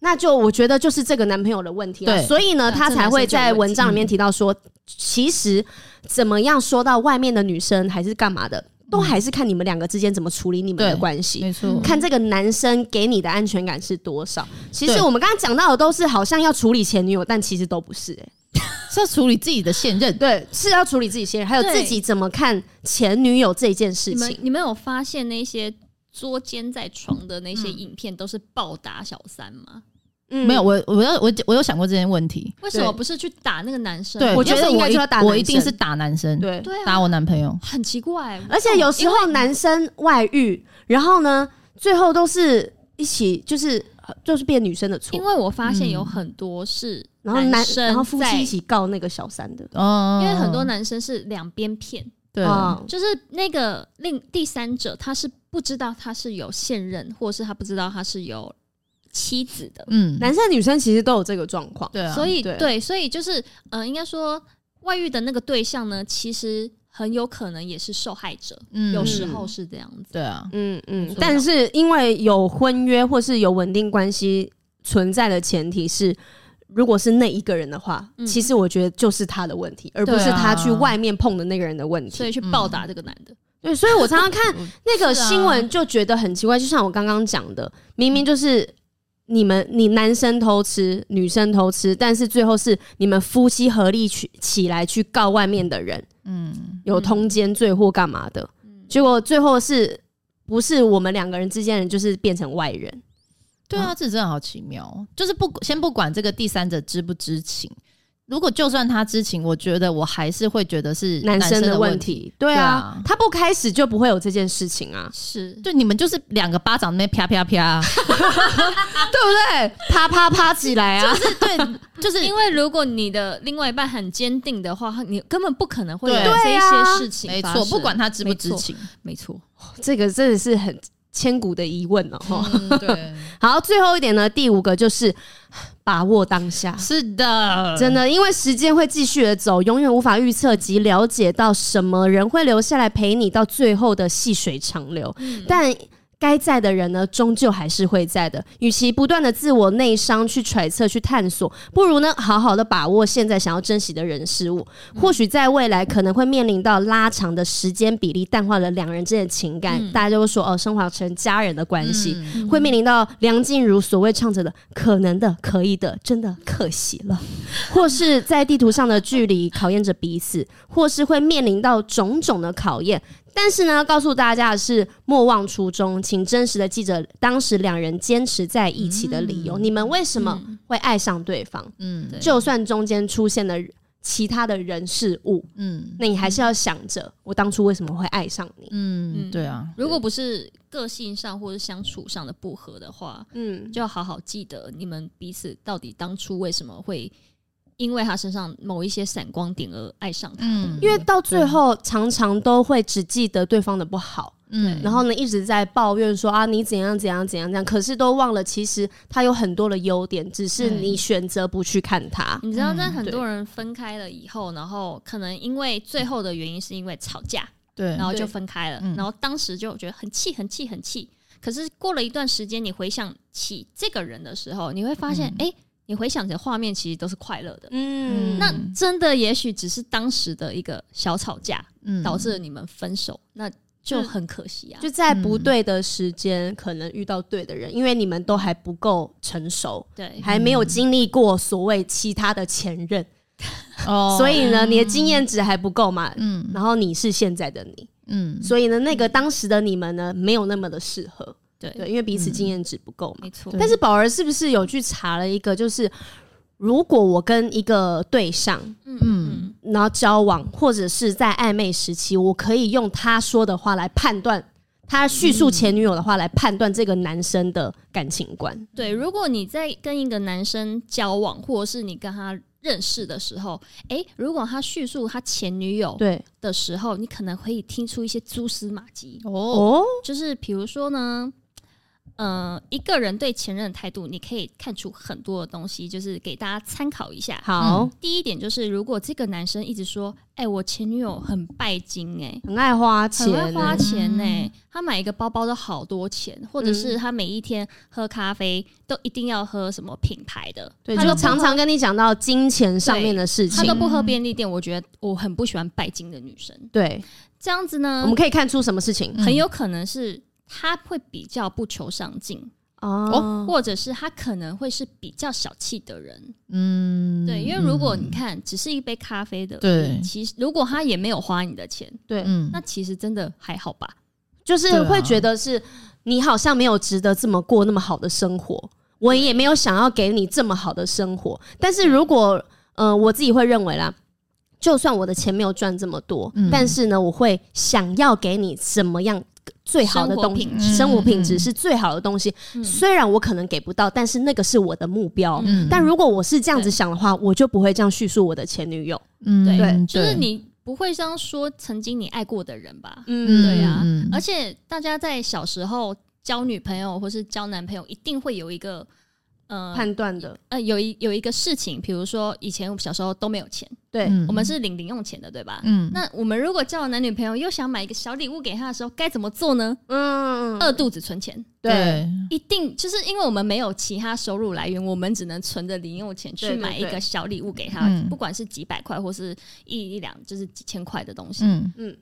[SPEAKER 2] 那就我觉得就是这个男朋友的问题了，啊
[SPEAKER 3] 对
[SPEAKER 2] 所以呢，
[SPEAKER 4] 对
[SPEAKER 2] 他
[SPEAKER 4] 这
[SPEAKER 2] 才
[SPEAKER 4] 男生
[SPEAKER 2] 会
[SPEAKER 4] 就有
[SPEAKER 2] 在
[SPEAKER 4] 问
[SPEAKER 2] 文
[SPEAKER 4] 题
[SPEAKER 2] 章里面提到说，其实怎么样说到外面的女生还是干嘛的，都还是看你们两个之间怎么处理你们的
[SPEAKER 3] 嗯对
[SPEAKER 2] 关系。
[SPEAKER 3] 没错，
[SPEAKER 2] 看这个男生给你的安全感是多少？其实
[SPEAKER 3] 对
[SPEAKER 2] 我们刚刚讲到的都是好像要处理前女友，但其实都不是、欸。
[SPEAKER 3] 是要处理自己的现任。
[SPEAKER 2] 对，是要处理自己先，还有自
[SPEAKER 4] 对
[SPEAKER 2] 己怎么看前女友这件事
[SPEAKER 4] 你们
[SPEAKER 2] 情。
[SPEAKER 4] 你们有发嗯现那些捉奸在床的那些影片都是暴打小三吗？
[SPEAKER 2] 嗯
[SPEAKER 3] 没有，我我要我我有想过这件问题。
[SPEAKER 4] 为什么不是去打那个男生？
[SPEAKER 3] 对，
[SPEAKER 2] 我
[SPEAKER 3] 因为
[SPEAKER 2] 觉得
[SPEAKER 3] 我
[SPEAKER 2] 应该
[SPEAKER 3] 一
[SPEAKER 2] 就要打
[SPEAKER 3] 我
[SPEAKER 2] 男
[SPEAKER 3] 一定
[SPEAKER 2] 生
[SPEAKER 3] 是打男生，
[SPEAKER 2] 对，
[SPEAKER 4] 对啊，
[SPEAKER 3] 打我男朋友。
[SPEAKER 4] 很奇怪。
[SPEAKER 2] 而且有时候男生外遇，然后呢，最后都是一起就是呃就是变女生的错
[SPEAKER 4] 因，为我发现有很多是
[SPEAKER 2] 然后男
[SPEAKER 4] 生在，
[SPEAKER 2] 然后夫妻一起告那个小三的，
[SPEAKER 3] 嗯，
[SPEAKER 4] 因为很多男生是两边骗，
[SPEAKER 3] 对，啊
[SPEAKER 2] 嗯
[SPEAKER 4] 就是那个另第三者，他是不知道他是有现任，或者是他不知道他是有妻子的，
[SPEAKER 3] 嗯，
[SPEAKER 2] 男生女生其实都有这个状况，
[SPEAKER 3] 对啊，
[SPEAKER 4] 所以
[SPEAKER 2] 对
[SPEAKER 4] 对，所以就是呃，应该说外遇的那个对象呢，其实很有可能也是受害者，
[SPEAKER 3] 嗯
[SPEAKER 4] 有时候是这样子。
[SPEAKER 3] 对啊，
[SPEAKER 2] 嗯嗯
[SPEAKER 4] 错，
[SPEAKER 2] 但是因为有婚约或是有稳定关系存在的前提是。如果是那一个人的话，
[SPEAKER 4] 嗯
[SPEAKER 2] 其实我觉得就是他的问题，而不
[SPEAKER 3] 对
[SPEAKER 2] 是
[SPEAKER 3] 啊
[SPEAKER 2] 他去外面碰的那个人的问题。
[SPEAKER 4] 所以去报答这个男
[SPEAKER 3] 嗯
[SPEAKER 4] 的，，
[SPEAKER 2] 对，所以我常常 看那个
[SPEAKER 3] 是啊
[SPEAKER 2] 新闻就觉得很奇怪，就像我刚刚讲的，明明就是你们你男生偷吃，女生偷吃，但是最后是你们夫妻合力去起来去告外面的人
[SPEAKER 3] 嗯，
[SPEAKER 2] 有通奸罪或干嘛的，结果最后是不是我们两个人之间人就是变成外人？
[SPEAKER 3] 对啊，这真的好奇妙哦，就是不先不管这个第三者知不知情，如果就算他知情，我觉得我还是会觉得是
[SPEAKER 2] 嗯男
[SPEAKER 3] 生
[SPEAKER 2] 生的
[SPEAKER 3] 问
[SPEAKER 2] 问
[SPEAKER 3] 题。
[SPEAKER 2] 题，对啊
[SPEAKER 3] 对啊，
[SPEAKER 2] 他不开始就不会有这件事情啊
[SPEAKER 4] 是
[SPEAKER 3] 对，你们就是两个巴掌那边啪 啪啪，
[SPEAKER 2] 啊对不对？啪啪啪起来啊！
[SPEAKER 3] 是对，就是
[SPEAKER 4] 因为如果你的另外一半很坚定的话，你根本不可能会有
[SPEAKER 3] 对
[SPEAKER 4] 这
[SPEAKER 2] 对啊
[SPEAKER 4] 些事情
[SPEAKER 3] 没
[SPEAKER 4] 发
[SPEAKER 3] 错，
[SPEAKER 4] 生
[SPEAKER 3] 不管他知不知
[SPEAKER 4] 没错
[SPEAKER 3] 情，
[SPEAKER 4] 没错，
[SPEAKER 2] 这个真的是很千古的疑问了、哦哈。
[SPEAKER 3] 嗯，对，
[SPEAKER 2] 好，最后一点呢，第五个就是 把握当下。
[SPEAKER 3] 是的，
[SPEAKER 2] 真的，因为时间会继续的走，永远无法预测及了解到什么人会留下来陪你到最后的细水长流。但该在的人呢，终究还是会在的。与其不断的自我内伤去揣测、去探索，不如呢，好好的把握现在想要珍惜的人事物。或许在未来可能会面临到拉长的时间比例，淡化了两人之间的情感，大家就会说哦，升华成家人的关系。
[SPEAKER 3] 嗯
[SPEAKER 2] 会面临到梁静茹所谓唱着的“可能的、可以的，真的可惜了”，或是在地图上的距离考验着彼此，或是会面临到种种的考验。但是呢，告诉大家的是，莫忘初衷，请真实的记着当时两人坚持在一起的理由。你们为什么
[SPEAKER 4] 嗯
[SPEAKER 2] 会爱上对方？
[SPEAKER 3] 嗯对
[SPEAKER 2] 就算中间出现了其他的人事物，
[SPEAKER 3] 嗯
[SPEAKER 2] 那你还是要想着我当初为什么会爱上你。
[SPEAKER 3] 嗯，
[SPEAKER 4] 嗯
[SPEAKER 3] 对啊，
[SPEAKER 4] 如果不是个性上或者相处上的不合的话，
[SPEAKER 2] 嗯，
[SPEAKER 4] 就要好好记得你们彼此到底当初为什么会因为他身上某一些闪光点而爱上他。
[SPEAKER 3] 嗯，
[SPEAKER 2] 因为到最后常常都会只记得对方的不好，
[SPEAKER 3] 嗯
[SPEAKER 2] 然后呢一直在抱怨说啊你怎样怎样怎样怎样，可是都忘了其实他有很多的优点，只是
[SPEAKER 3] 对
[SPEAKER 2] 你选择不去看他。
[SPEAKER 4] 你知道，
[SPEAKER 3] 嗯
[SPEAKER 4] 但很
[SPEAKER 2] 对
[SPEAKER 4] 多人分开了以后，然后可能因为最后的原因是因为吵架，
[SPEAKER 3] 对，
[SPEAKER 4] 然后就
[SPEAKER 2] 对
[SPEAKER 4] 分开了
[SPEAKER 3] 嗯。
[SPEAKER 4] 然后当时就觉得很气，很气，很气。可是过了一段时间，你回想起这个人的时候，你会发现，
[SPEAKER 3] 嗯
[SPEAKER 4] 哎、你回想起画面其实都是快乐的。
[SPEAKER 2] 嗯，
[SPEAKER 4] 那真的也许只是当时的一个小吵架，
[SPEAKER 3] 嗯
[SPEAKER 4] 导致了你们分手，那就很可惜啊。
[SPEAKER 2] 就在不对的时间，可能遇到对的人，因为你们都还不够成熟，
[SPEAKER 4] 对，
[SPEAKER 2] 还没有经历过所谓其他的前任，
[SPEAKER 3] 哦，
[SPEAKER 2] 所以呢，你的经验值还不够嘛。
[SPEAKER 3] 嗯
[SPEAKER 2] 然后你是现在的你，
[SPEAKER 3] 嗯，
[SPEAKER 2] 所以呢，那个当时的你们呢，没有那么的适合，
[SPEAKER 4] 对，
[SPEAKER 2] 对，因为彼此
[SPEAKER 3] 嗯
[SPEAKER 2] 经验值不够嘛。
[SPEAKER 4] 没错。
[SPEAKER 2] 但是宝儿是不是有去查了一个，就是如果我跟一个对象
[SPEAKER 4] 嗯嗯，
[SPEAKER 2] 然后交往，或者是在暧昧时期，我可以用他说的话来判断。他叙述前女友的话来判断这个男生的感情观，
[SPEAKER 4] 对。如果你在跟一个男生交往，或者是你跟他认识的时候，哎、如果他叙述他前女友
[SPEAKER 2] 对
[SPEAKER 4] 的时候，你可能可以听出一些蛛丝马迹，
[SPEAKER 3] 哦，
[SPEAKER 2] 哦，
[SPEAKER 4] 就是比如说呢。呃，一个人对前任的态度，你可以看出很多的东西，就是给大家参考一下。
[SPEAKER 2] 好，
[SPEAKER 4] 第一点就是，如果这个男生一直说：“哎、我前女友很拜金、哎，
[SPEAKER 2] 很爱花钱
[SPEAKER 4] 很会花
[SPEAKER 2] 欸，
[SPEAKER 4] 钱呢、
[SPEAKER 3] 嗯
[SPEAKER 4] 他买一个包包都好多钱，或者是他每一天喝咖啡都一定要喝什么品牌的，
[SPEAKER 2] 对，
[SPEAKER 4] 他
[SPEAKER 2] 就
[SPEAKER 4] 都不
[SPEAKER 2] 常常跟你讲到金钱上面的事
[SPEAKER 3] 嗯
[SPEAKER 4] 他都
[SPEAKER 2] 情，
[SPEAKER 4] 不喝便利店。我觉得我很不喜欢拜金的女生，
[SPEAKER 2] 对，
[SPEAKER 4] 这样子
[SPEAKER 2] 我
[SPEAKER 4] 呢
[SPEAKER 2] 们，可以看出什么事情
[SPEAKER 3] 嗯
[SPEAKER 4] 很有可能是他会比较不求上进，
[SPEAKER 2] 哦，
[SPEAKER 4] 或者是他可能会是比较小气的人。
[SPEAKER 3] 嗯，
[SPEAKER 4] 对，因为如果你看只是一杯咖啡的，
[SPEAKER 3] 对
[SPEAKER 4] 其实如果他也没有花你的钱，
[SPEAKER 2] 对，
[SPEAKER 3] 嗯
[SPEAKER 4] 那其实真的还好吧。
[SPEAKER 2] 就是
[SPEAKER 3] 对啊
[SPEAKER 2] 会觉得是你好像没有值得这么过那么好的生活。我也没有想要给你这么好的生活。但是如果，呃，我自己会认为啦，就算我的钱没有赚这么多，
[SPEAKER 3] 嗯
[SPEAKER 2] 但是呢，我会想要给你什么样最好的东西
[SPEAKER 4] 生活，品
[SPEAKER 3] 质
[SPEAKER 2] 生活品
[SPEAKER 3] 嗯
[SPEAKER 2] 质是最好的东西。
[SPEAKER 4] 嗯
[SPEAKER 2] 虽然我可能给不到，但是那个是我的目标。
[SPEAKER 3] 嗯
[SPEAKER 2] 但如果我是这样子想的话，我就不会这样叙述我的前女友。
[SPEAKER 3] 嗯
[SPEAKER 4] 对，
[SPEAKER 3] 对，
[SPEAKER 4] 就是你不会这样说曾经你爱过的人吧？
[SPEAKER 2] 嗯，
[SPEAKER 3] 嗯，
[SPEAKER 4] 对啊
[SPEAKER 3] 嗯
[SPEAKER 4] 而且大家在小时候交女朋友或是交男朋友，一定会有一个呃
[SPEAKER 2] 判断的，
[SPEAKER 4] 呃有一有一个事情，比如说以前我们小时候都没有钱，
[SPEAKER 2] 对，
[SPEAKER 3] 嗯
[SPEAKER 4] 我们是领零用钱的，对吧？
[SPEAKER 3] 嗯
[SPEAKER 4] 那我们如果交了男女朋友，又想买一个小礼物给他的时候，该怎么做呢？
[SPEAKER 2] 嗯，
[SPEAKER 4] 饿肚子存钱，
[SPEAKER 2] 对，
[SPEAKER 4] 一定就是因为我们没有其他收入来源，我们只能存着零用钱去
[SPEAKER 2] 对对
[SPEAKER 4] 买一
[SPEAKER 2] 对
[SPEAKER 4] 个小礼物给他，
[SPEAKER 3] 嗯
[SPEAKER 4] 不管是几百块或是一一两，就是几千块的东西，
[SPEAKER 3] 嗯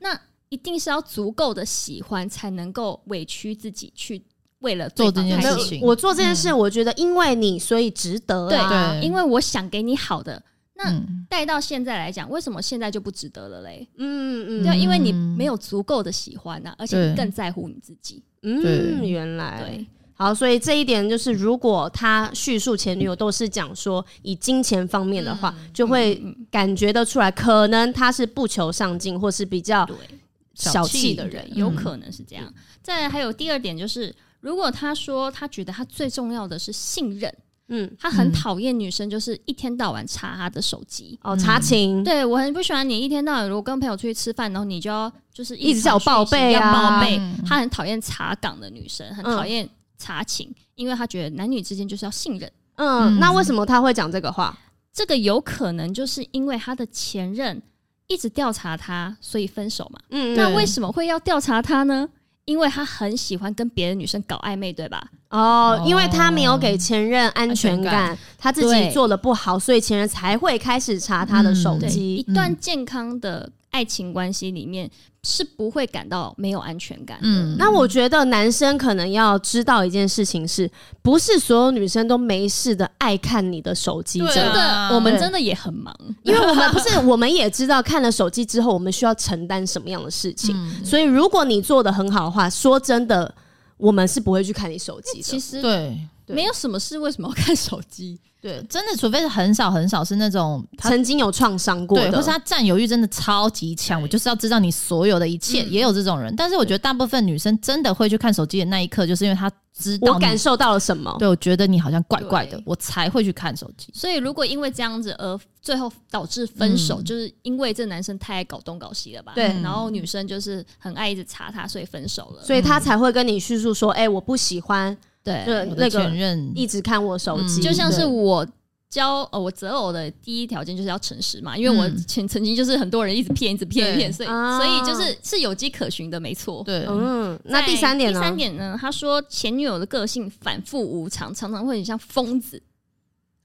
[SPEAKER 4] 一定是要足够的喜欢，才能够委屈自己去为了
[SPEAKER 3] 做
[SPEAKER 4] 对方
[SPEAKER 3] 这件
[SPEAKER 4] 开
[SPEAKER 2] 没
[SPEAKER 4] 心
[SPEAKER 2] 有
[SPEAKER 3] 事情
[SPEAKER 2] 我做这件事，我觉得因为你，所以值
[SPEAKER 4] 嗯
[SPEAKER 2] 得
[SPEAKER 4] 对，
[SPEAKER 2] 啊。
[SPEAKER 3] 对
[SPEAKER 4] 因为我想给你好的。那
[SPEAKER 3] 嗯
[SPEAKER 4] 带到现在来讲，为什么现在就不值得了嘞？
[SPEAKER 2] 嗯
[SPEAKER 4] 对
[SPEAKER 2] 嗯
[SPEAKER 4] 啊，因为你
[SPEAKER 3] 嗯
[SPEAKER 4] 没有足够的喜欢呐、而且
[SPEAKER 3] 对
[SPEAKER 4] 你更在乎你自己。
[SPEAKER 2] 嗯，
[SPEAKER 3] 对
[SPEAKER 2] 原来
[SPEAKER 4] 对，
[SPEAKER 2] 好，所以这一点就是，如果他叙述前女友都是讲说以金钱方面的
[SPEAKER 4] 嗯
[SPEAKER 2] 话，就会感觉得出来，可能他是不求上进，或是比较
[SPEAKER 4] 对，
[SPEAKER 2] 哎小气的人。
[SPEAKER 4] 对有可能是这样。再来还有第二点就是，如果他说他觉得他最重要的是信任，
[SPEAKER 2] 嗯，
[SPEAKER 4] 他很讨厌女生就是一天到晚查他的手机。
[SPEAKER 2] 哦，查情，
[SPEAKER 4] 对我很不喜欢你一天到晚，如果跟朋友出去吃饭，然后你就要就是
[SPEAKER 2] 一直叫我
[SPEAKER 4] 传讯息
[SPEAKER 2] 报备啊
[SPEAKER 4] 要报备
[SPEAKER 3] 嗯。
[SPEAKER 4] 他很讨厌查岗的女生，很讨厌查寝，因为他觉得男女之间就是要信任。
[SPEAKER 2] 嗯，
[SPEAKER 3] 嗯
[SPEAKER 2] 那为什么他会讲这个话？
[SPEAKER 4] 这个有可能就是因为他的前任一直调查他，所以分手嘛。
[SPEAKER 2] 嗯，
[SPEAKER 4] 那
[SPEAKER 2] 嗯
[SPEAKER 4] 为什么会要调查他呢？因为他很喜欢跟别的女生搞暧昧，对吧？
[SPEAKER 2] 哦
[SPEAKER 3] 哦，
[SPEAKER 2] 因为他没有给前任安全
[SPEAKER 3] 安全
[SPEAKER 2] 感
[SPEAKER 3] 感，
[SPEAKER 2] 他自己
[SPEAKER 4] 对
[SPEAKER 2] 做的不好，所以前任才会开始查他的手
[SPEAKER 3] 嗯
[SPEAKER 4] 对，一
[SPEAKER 2] 机。
[SPEAKER 4] 段健康的爱情关系里面是不会感到没有安全感的。
[SPEAKER 3] 嗯
[SPEAKER 2] 那我觉得男生可能要知道一件事情是，不是所有女生都没事的爱看你的手机？
[SPEAKER 3] 对
[SPEAKER 2] 真
[SPEAKER 4] 真
[SPEAKER 2] 的，
[SPEAKER 4] 的
[SPEAKER 3] 啊，
[SPEAKER 4] 我们真的也很忙。
[SPEAKER 2] 因为我们不是，我们也知道看了手机之后，我们需要承担什么样的事情。
[SPEAKER 3] 嗯
[SPEAKER 2] 所以，如果你做的很好的话，说真的，我们是不会去看你手机的。
[SPEAKER 4] 其实
[SPEAKER 3] 对
[SPEAKER 2] 对
[SPEAKER 4] 没有什么事，为什么要看手 机？
[SPEAKER 3] 对，真的，除非是很少很少是那种他
[SPEAKER 2] 曾经有创伤过
[SPEAKER 3] 对，或
[SPEAKER 2] 的
[SPEAKER 3] 是，他占有欲真的超级强，我就是要知道你所有的一切，也有这种人。但是我觉得大部分女生真的会去看手机的那一刻，就是因为她知道
[SPEAKER 2] 我
[SPEAKER 3] 你
[SPEAKER 2] 感受到了什么？
[SPEAKER 3] 对我觉得你好像怪怪的
[SPEAKER 4] 对，
[SPEAKER 3] 我才会去看手机。
[SPEAKER 4] 所以，如果因为这样子而最后导致分手，
[SPEAKER 3] 嗯
[SPEAKER 4] 就是因为这男生太爱搞东搞西了吧？
[SPEAKER 2] 对
[SPEAKER 4] 然后女生就是很爱一直查他，所以分手了。
[SPEAKER 2] 所以他才会跟你叙述说：“哎、我不喜欢
[SPEAKER 4] 对，
[SPEAKER 2] 对
[SPEAKER 3] 我
[SPEAKER 2] 那个
[SPEAKER 3] 的前任，
[SPEAKER 2] 一直看我手机。
[SPEAKER 3] 嗯
[SPEAKER 4] 就像是
[SPEAKER 2] 对
[SPEAKER 4] 我交呃我择偶的第一条件就是要诚实嘛，因为我
[SPEAKER 3] 嗯
[SPEAKER 4] 前曾经就是很多人一直骗，一直骗，一直骗，
[SPEAKER 3] 对
[SPEAKER 4] 所以、
[SPEAKER 2] 啊
[SPEAKER 4] 所以就是是有迹可循的，没错。
[SPEAKER 3] 对，
[SPEAKER 2] 嗯，那
[SPEAKER 4] 在
[SPEAKER 2] 第三点呢？
[SPEAKER 4] 第三点呢，他说前女友的个性反复无常，常常会很像疯子。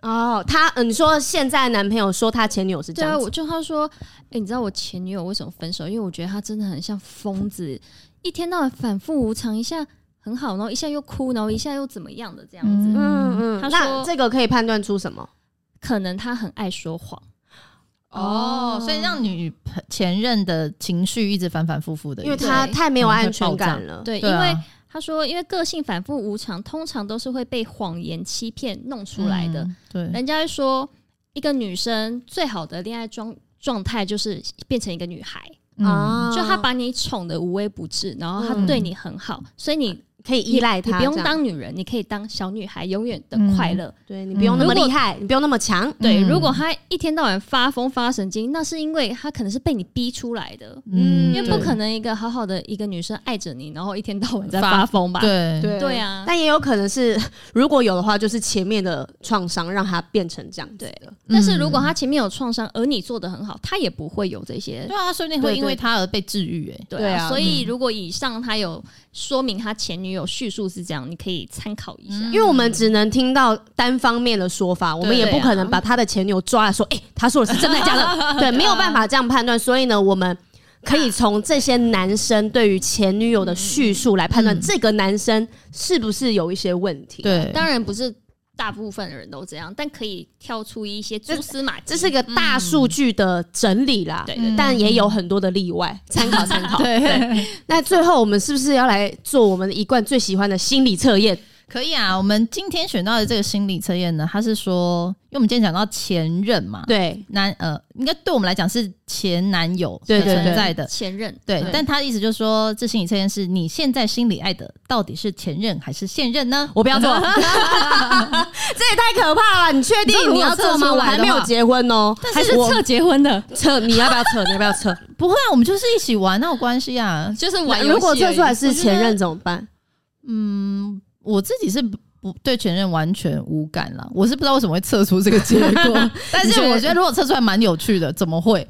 [SPEAKER 2] 哦，他嗯，你说现在男朋友说他前女友是这
[SPEAKER 4] 对啊，
[SPEAKER 2] 样
[SPEAKER 4] 我
[SPEAKER 2] 子，
[SPEAKER 4] 就他说，哎、你知道我前女友为什么分手？因为我觉得她真的很像疯子，一天到晚反复无常，一下很好，然后一下又哭，然后一下又怎么样的这样子。
[SPEAKER 3] 嗯
[SPEAKER 2] 嗯
[SPEAKER 4] 他
[SPEAKER 2] 嗯，
[SPEAKER 4] 说
[SPEAKER 2] 那这个可以判断出什么？
[SPEAKER 4] 可能她很爱说谎，
[SPEAKER 3] 哦，所以让女朋前任的情绪一直反反复复的，
[SPEAKER 2] 因为他
[SPEAKER 4] 对
[SPEAKER 2] 太没有安全感了。
[SPEAKER 4] 对，
[SPEAKER 3] 对
[SPEAKER 4] 因
[SPEAKER 3] 啊
[SPEAKER 4] 为他说，因为个性反复无常，通常都是会被谎言欺骗弄出来的。哎
[SPEAKER 3] 嗯对，
[SPEAKER 4] 人家会说，一个女生最好的恋爱状状态就是变成一个女孩，
[SPEAKER 3] 啊，
[SPEAKER 2] 啊，
[SPEAKER 4] 就她把你宠的无微不至，然后她
[SPEAKER 2] 嗯
[SPEAKER 4] 对你很好，所以你
[SPEAKER 2] 可以依赖
[SPEAKER 4] 你
[SPEAKER 2] 他，
[SPEAKER 4] 不用
[SPEAKER 2] 这样
[SPEAKER 4] 当女人，你可以当小女孩，永远的快乐。
[SPEAKER 2] 对你不用那么厉害，你不用那么强。
[SPEAKER 4] 对，
[SPEAKER 3] 嗯
[SPEAKER 4] 如果她一天到晚发疯发神经，那是因为她可能是被你逼出来的。
[SPEAKER 2] 嗯
[SPEAKER 4] 因为
[SPEAKER 3] 对
[SPEAKER 4] 不可能一个好好的一个女生爱着你，然后一天到晚在
[SPEAKER 3] 发
[SPEAKER 4] 发疯吧？
[SPEAKER 3] 对
[SPEAKER 2] 对
[SPEAKER 4] 对啊
[SPEAKER 2] 但也有可能是， 如果有的话，就是前面的创伤让他变成这样子的。
[SPEAKER 4] 但是
[SPEAKER 2] 嗯
[SPEAKER 4] 如果他前面有创伤，而你做的很好，他也不会有这些
[SPEAKER 3] 对。啊，说不定会因为他而被治愈，哎，
[SPEAKER 4] 对
[SPEAKER 2] 对
[SPEAKER 4] 啊，
[SPEAKER 2] 啊
[SPEAKER 4] 所以如果以上他有说明他前女友叙述是这样，你可以参考一下。
[SPEAKER 2] 因为我们只能听到单方面的说法，我们也不可能把他的前女友抓来说，哎、他说的是真的假 的？对，没有办法这样判断。所以呢，我们可以从这些男生对于前女友的叙述来判断
[SPEAKER 3] 嗯
[SPEAKER 2] 这个男生是不是有一些问题。，
[SPEAKER 3] 对，啊
[SPEAKER 4] 当然不是大部分的人都这样，但可以挑出一些蛛丝马迹。
[SPEAKER 2] 这是个大数据的整理啦。
[SPEAKER 4] 对对对
[SPEAKER 2] 但也有很多的例外，参考 参考。
[SPEAKER 3] 对，
[SPEAKER 2] 那最后我们是不是要来做我们一贯最喜欢的心理测验？
[SPEAKER 3] 可以啊，我们今天选到的这个心理测验呢，它是说，因为我们今天讲到前任嘛，
[SPEAKER 2] 对
[SPEAKER 3] 男呃，应该对我们来讲是前男友
[SPEAKER 2] 对对
[SPEAKER 3] 存
[SPEAKER 2] 对
[SPEAKER 3] 在的，
[SPEAKER 4] 前任
[SPEAKER 3] 对，
[SPEAKER 4] 嗯
[SPEAKER 3] 但他的意思就是说，这心理测验是你现在心里爱的到底是前任还是现任呢？
[SPEAKER 2] 我不要做， 这也太可怕了！你确
[SPEAKER 3] 你知道
[SPEAKER 2] 定
[SPEAKER 3] 如
[SPEAKER 2] 你
[SPEAKER 3] 果
[SPEAKER 2] 要
[SPEAKER 3] 测
[SPEAKER 2] 做吗？
[SPEAKER 3] 出
[SPEAKER 2] 我
[SPEAKER 3] 来
[SPEAKER 2] 还
[SPEAKER 3] 的
[SPEAKER 2] 没有
[SPEAKER 3] 话
[SPEAKER 2] 结婚哦，还
[SPEAKER 4] 还是
[SPEAKER 2] 我
[SPEAKER 4] 测结婚的，
[SPEAKER 2] 测？你要不要测？你要不要 测？
[SPEAKER 3] 不会啊，我们就是一起玩，那有关系啊。
[SPEAKER 4] 就是玩游戏而已。
[SPEAKER 2] 如果测出来是
[SPEAKER 3] 我觉得
[SPEAKER 2] 前任怎么办？
[SPEAKER 3] 嗯，我自己是不不对前任完全无感啦，我是不知道为什么会测出这个结 果，但
[SPEAKER 2] 你
[SPEAKER 3] 是
[SPEAKER 2] 觉得
[SPEAKER 3] 我觉得如果测出来蛮有趣的，怎么会？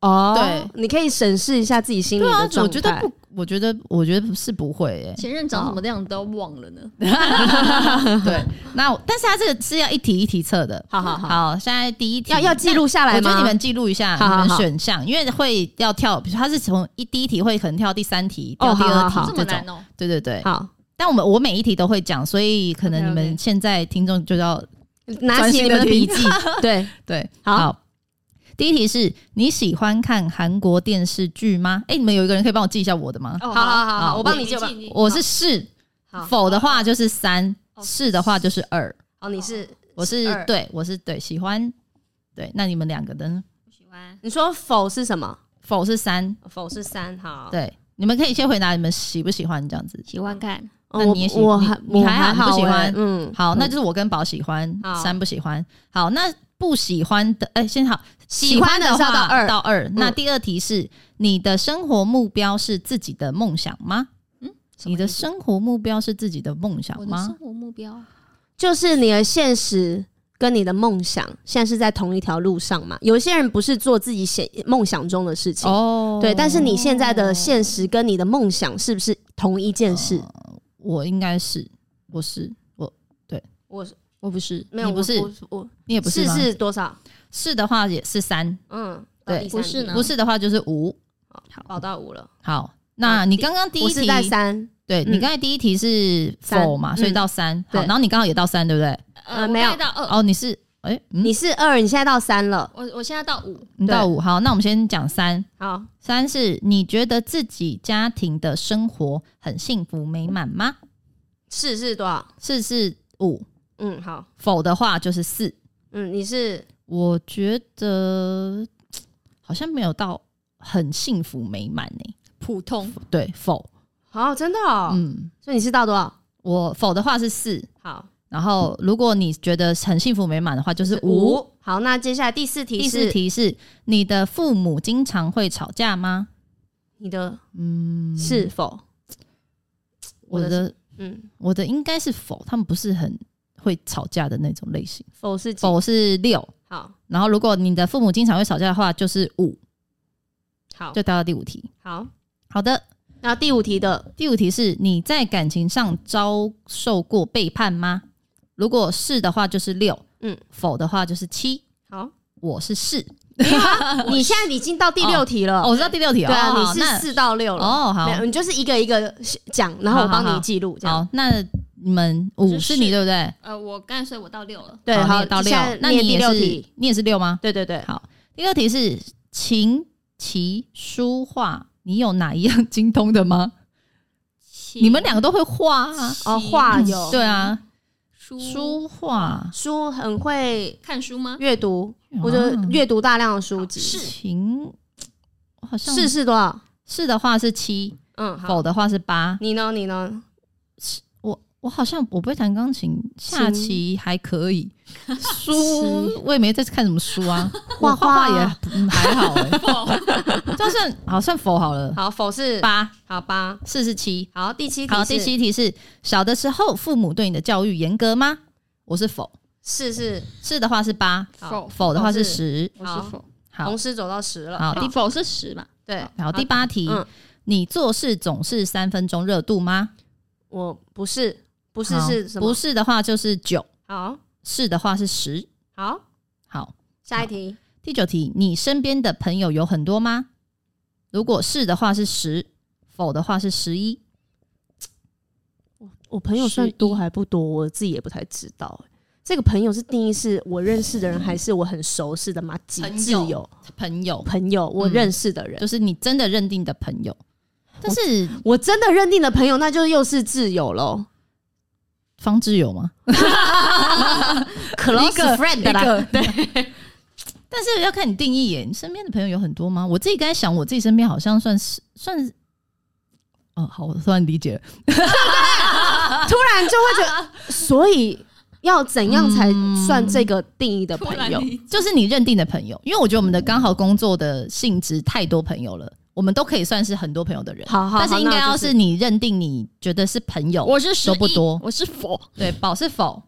[SPEAKER 2] 哦
[SPEAKER 3] 对
[SPEAKER 2] 你可以审视一下自己心里
[SPEAKER 3] 对啊
[SPEAKER 2] 的，状
[SPEAKER 3] 我
[SPEAKER 2] 态。
[SPEAKER 3] 觉得不，我觉得我觉得是不会耶、
[SPEAKER 4] 前任长什么样都忘了呢？
[SPEAKER 2] 嗯
[SPEAKER 3] 对，那我但是他这个是要一题一题测的。
[SPEAKER 2] 好好好
[SPEAKER 3] 好，现在第一题
[SPEAKER 2] 要要记录下来吗
[SPEAKER 3] 我觉得你们记录一下
[SPEAKER 2] 好好好
[SPEAKER 3] 你们选项，因为会要跳，比如说他是从一第一题会可能跳第三题，
[SPEAKER 2] 哦
[SPEAKER 3] 跳第二题
[SPEAKER 2] 好好好
[SPEAKER 4] 这么
[SPEAKER 3] 这
[SPEAKER 4] 难
[SPEAKER 3] 种。
[SPEAKER 4] 哦，
[SPEAKER 3] 对对对，
[SPEAKER 2] 好，
[SPEAKER 3] 但我们我每一题都会讲，所以可能
[SPEAKER 4] OK，OK
[SPEAKER 3] 你们现在听众就要
[SPEAKER 2] 拿起你们的笔记。对，
[SPEAKER 3] 对
[SPEAKER 2] 好
[SPEAKER 3] 第一题是你喜欢看韩国电视剧吗？哎、你们有一个人可以帮我记一下我的吗？
[SPEAKER 4] 好
[SPEAKER 2] 哦好好好好，
[SPEAKER 3] 好
[SPEAKER 2] 我帮你记，我帮
[SPEAKER 4] 记
[SPEAKER 3] 我是是，
[SPEAKER 2] 哦好
[SPEAKER 3] 否的话就是三，
[SPEAKER 4] 哦
[SPEAKER 3] 是的话就是二。
[SPEAKER 2] 好，你是
[SPEAKER 3] 我是
[SPEAKER 2] 二
[SPEAKER 3] 对，我是对喜欢，对。那你们两个呢？
[SPEAKER 4] 我喜欢
[SPEAKER 2] 你说否是什么？
[SPEAKER 3] 否是三，
[SPEAKER 2] 否是三，好。
[SPEAKER 3] 对。你们可以先回答你们喜不喜欢这样子。
[SPEAKER 4] 喜欢看，
[SPEAKER 2] 哦，
[SPEAKER 3] 那
[SPEAKER 2] 我
[SPEAKER 3] 你也喜
[SPEAKER 2] 我
[SPEAKER 3] 你
[SPEAKER 2] 还
[SPEAKER 3] 你
[SPEAKER 2] 我
[SPEAKER 3] 还好
[SPEAKER 2] 还
[SPEAKER 3] 你不
[SPEAKER 2] 好
[SPEAKER 3] 喜
[SPEAKER 2] 欸
[SPEAKER 3] 欢
[SPEAKER 2] 嗯，
[SPEAKER 3] 好，那就是我跟宝喜欢，
[SPEAKER 2] 好
[SPEAKER 3] 三不喜欢。好，那不喜欢的，哎、先好，喜
[SPEAKER 2] 欢的
[SPEAKER 3] 的
[SPEAKER 2] 是要
[SPEAKER 3] 话
[SPEAKER 2] 到二嗯
[SPEAKER 3] 到二。那第二题是你的生活目标是自己的梦想吗？
[SPEAKER 2] 嗯
[SPEAKER 3] 嗯你的生活目标是自己的梦想
[SPEAKER 4] 我的生
[SPEAKER 3] 吗？
[SPEAKER 4] 活目标啊，
[SPEAKER 2] 就是你的现实跟你的梦想现在是在同一条路上嘛？有些人不是做自己想梦想中的事情，
[SPEAKER 3] 哦
[SPEAKER 2] 对，但是你现在的现实跟你的梦想是不是同一件事？
[SPEAKER 3] 哦我应该是，我是我，
[SPEAKER 2] 我
[SPEAKER 4] 我不是，
[SPEAKER 2] 没有，
[SPEAKER 3] 你不
[SPEAKER 2] 我
[SPEAKER 3] 是
[SPEAKER 2] 我我
[SPEAKER 3] 你也不
[SPEAKER 2] 是
[SPEAKER 3] 吗
[SPEAKER 2] 是多少？
[SPEAKER 3] 是的话也是三，
[SPEAKER 2] 嗯，
[SPEAKER 3] 对
[SPEAKER 2] 到第三
[SPEAKER 4] 不是
[SPEAKER 2] 题
[SPEAKER 4] 呢
[SPEAKER 3] 不是的话就是五。
[SPEAKER 2] 好，跑到五了，
[SPEAKER 3] 好，那你刚刚第一
[SPEAKER 2] 我
[SPEAKER 3] 题
[SPEAKER 2] 是在三，
[SPEAKER 3] 对
[SPEAKER 2] 嗯
[SPEAKER 3] 你刚才第一题是
[SPEAKER 2] 三嗯
[SPEAKER 3] 否嘛，所以到三。好，
[SPEAKER 2] 对
[SPEAKER 3] 然后你刚好也到三，对不对？
[SPEAKER 2] 呃
[SPEAKER 4] 呃，
[SPEAKER 2] 没有
[SPEAKER 4] 我大概到二，
[SPEAKER 3] 哦，你是哎，嗯
[SPEAKER 2] 你是二，你现在到三了，
[SPEAKER 4] 我我现在到五，
[SPEAKER 3] 你到五。好，那我们先讲三。
[SPEAKER 2] 好，
[SPEAKER 3] 三是你觉得自己家庭的生活很幸福美满吗？
[SPEAKER 2] 是是多少？
[SPEAKER 3] 是是五，
[SPEAKER 2] 嗯，好，
[SPEAKER 3] 否的话就是四。
[SPEAKER 2] 嗯，你是
[SPEAKER 3] 我觉得好像没有到很幸福美满呢、
[SPEAKER 4] 普通，
[SPEAKER 3] 对，否，
[SPEAKER 2] 好，真的哦，
[SPEAKER 3] 嗯，
[SPEAKER 2] 所以你是到多少？
[SPEAKER 3] 我否的话是四，
[SPEAKER 2] 好，
[SPEAKER 3] 然后如果你觉得很幸福美满的话，就是五。。
[SPEAKER 2] 好，那接下来第四题
[SPEAKER 3] 第
[SPEAKER 2] 是
[SPEAKER 3] 四题是你的父母经常会吵架吗？
[SPEAKER 2] 你的
[SPEAKER 3] 嗯，
[SPEAKER 2] 是否？
[SPEAKER 3] 我的
[SPEAKER 2] 嗯，
[SPEAKER 3] 我的应该是否，他们不是很会吵架的那种类型。
[SPEAKER 2] 否是几？
[SPEAKER 3] 否是六，
[SPEAKER 2] 好，
[SPEAKER 3] 然后如果你的父母经常会吵架的话，就是五，
[SPEAKER 2] 好，
[SPEAKER 3] 就达到第五题。
[SPEAKER 2] 好。
[SPEAKER 3] 好的，
[SPEAKER 2] 那第五题的
[SPEAKER 3] 第五题是你在感情上遭受过背叛吗？如果是的话，就是六，
[SPEAKER 2] 嗯
[SPEAKER 3] 嗯，否的话就是七。
[SPEAKER 2] 好，
[SPEAKER 3] 我是是，
[SPEAKER 2] 你现在已经到第六题了。
[SPEAKER 3] 哦，我知道第六题哦，
[SPEAKER 2] 对啊，
[SPEAKER 3] 好
[SPEAKER 2] 你
[SPEAKER 3] 好
[SPEAKER 2] 是
[SPEAKER 3] 那
[SPEAKER 2] 四到六了。
[SPEAKER 3] 哦，
[SPEAKER 2] 没有，
[SPEAKER 3] 好
[SPEAKER 2] 你就是一个一个讲，然后我帮
[SPEAKER 3] 好好
[SPEAKER 2] 你记录，这样。
[SPEAKER 3] 好，那你们五
[SPEAKER 4] 是
[SPEAKER 3] 是你
[SPEAKER 4] 是
[SPEAKER 3] 对不对？
[SPEAKER 4] 呃，我刚才说我到六了，
[SPEAKER 2] 对，
[SPEAKER 3] 好你
[SPEAKER 2] 好，
[SPEAKER 3] 也到
[SPEAKER 2] 现
[SPEAKER 3] 六
[SPEAKER 2] 在，
[SPEAKER 3] 那
[SPEAKER 2] 念
[SPEAKER 3] 你
[SPEAKER 2] 第
[SPEAKER 3] 也
[SPEAKER 2] 六
[SPEAKER 3] 是
[SPEAKER 2] 题。
[SPEAKER 3] 你也是六吗？
[SPEAKER 2] 对对对，
[SPEAKER 3] 好，第六题是琴棋书画，你有哪一样精通的吗？
[SPEAKER 4] 七
[SPEAKER 3] 你们两个都会画啊，
[SPEAKER 2] 哦，画有
[SPEAKER 3] 对啊，
[SPEAKER 4] 书
[SPEAKER 3] 书画，
[SPEAKER 2] 书很会
[SPEAKER 4] 看书吗？
[SPEAKER 2] 阅读，我就
[SPEAKER 3] 啊
[SPEAKER 2] 阅读大量的书籍。
[SPEAKER 3] 琴，我好像
[SPEAKER 2] 是是多少？
[SPEAKER 3] 是的话是七，
[SPEAKER 2] 嗯，好
[SPEAKER 3] 否。的话是八。
[SPEAKER 2] 你呢？你呢？
[SPEAKER 3] 我我好像我不会弹钢琴，下
[SPEAKER 2] 琴
[SPEAKER 3] 棋还可以，书
[SPEAKER 2] 棋
[SPEAKER 3] 我也没在看什么书啊，
[SPEAKER 2] 画
[SPEAKER 3] 我画
[SPEAKER 2] 画
[SPEAKER 3] 也嗯还好哎、 这样算好算否好了，
[SPEAKER 2] 好，否是
[SPEAKER 3] 八
[SPEAKER 2] 好八。
[SPEAKER 3] 四是七。
[SPEAKER 2] 好，第七题。
[SPEAKER 3] 好，第七题是小的时候父母对你的教育严格吗？我是否
[SPEAKER 2] 是是
[SPEAKER 3] 是的话是八，
[SPEAKER 2] 好
[SPEAKER 3] 否的话
[SPEAKER 2] 哦
[SPEAKER 3] 是
[SPEAKER 2] 是
[SPEAKER 3] 十。
[SPEAKER 4] 我
[SPEAKER 2] 好
[SPEAKER 4] 是否？
[SPEAKER 3] 好
[SPEAKER 2] 红，狮走到十了。
[SPEAKER 3] 好，
[SPEAKER 4] 第
[SPEAKER 3] 第
[SPEAKER 4] 否是十嘛？
[SPEAKER 2] 对，
[SPEAKER 3] 好第八题
[SPEAKER 2] 嗯，
[SPEAKER 3] 你做事总是三分钟热度吗？
[SPEAKER 2] 我不是，不
[SPEAKER 3] 不
[SPEAKER 2] 是是什么？
[SPEAKER 3] 不是的话就是九，
[SPEAKER 2] 好
[SPEAKER 3] 是的话是十。
[SPEAKER 2] 好，
[SPEAKER 3] 好，
[SPEAKER 2] 下一题。
[SPEAKER 3] 第九题，你身边的朋友有很多吗？如果是的话是十，否的话是十一。
[SPEAKER 2] 我朋友算多还不多，我自己也不太知道、欸这个朋友是定义是我认识的人，还是我很熟识的吗？几挚友、
[SPEAKER 3] 朋友
[SPEAKER 2] 朋友，我认识的人，
[SPEAKER 3] 就是你真的认定的朋友，但是
[SPEAKER 2] 我真的认定的朋友，那就又是挚友喽。
[SPEAKER 3] 方志友吗？
[SPEAKER 2] close
[SPEAKER 3] 一个
[SPEAKER 2] friend 啦，
[SPEAKER 3] 对。但是要看你定义耶，你身边的朋友有很多吗？我自己刚才想，我自己身边好像算是算是，哦，好，我突然理解了，
[SPEAKER 2] 突然就会觉 得，所以要怎样才算这个定义的朋友？
[SPEAKER 3] 就是你认定的朋友，因为我觉得我们的刚好工作的性质太多朋友了，我们都可以算是很多朋友的人，
[SPEAKER 2] 好好好
[SPEAKER 3] 但是应该
[SPEAKER 2] 那
[SPEAKER 3] 要
[SPEAKER 2] 就是
[SPEAKER 3] 你认定你觉得是朋友，
[SPEAKER 4] 我是
[SPEAKER 3] 哦都不
[SPEAKER 4] 失忆
[SPEAKER 3] 多
[SPEAKER 4] 我是佛，
[SPEAKER 3] 对，宝是否？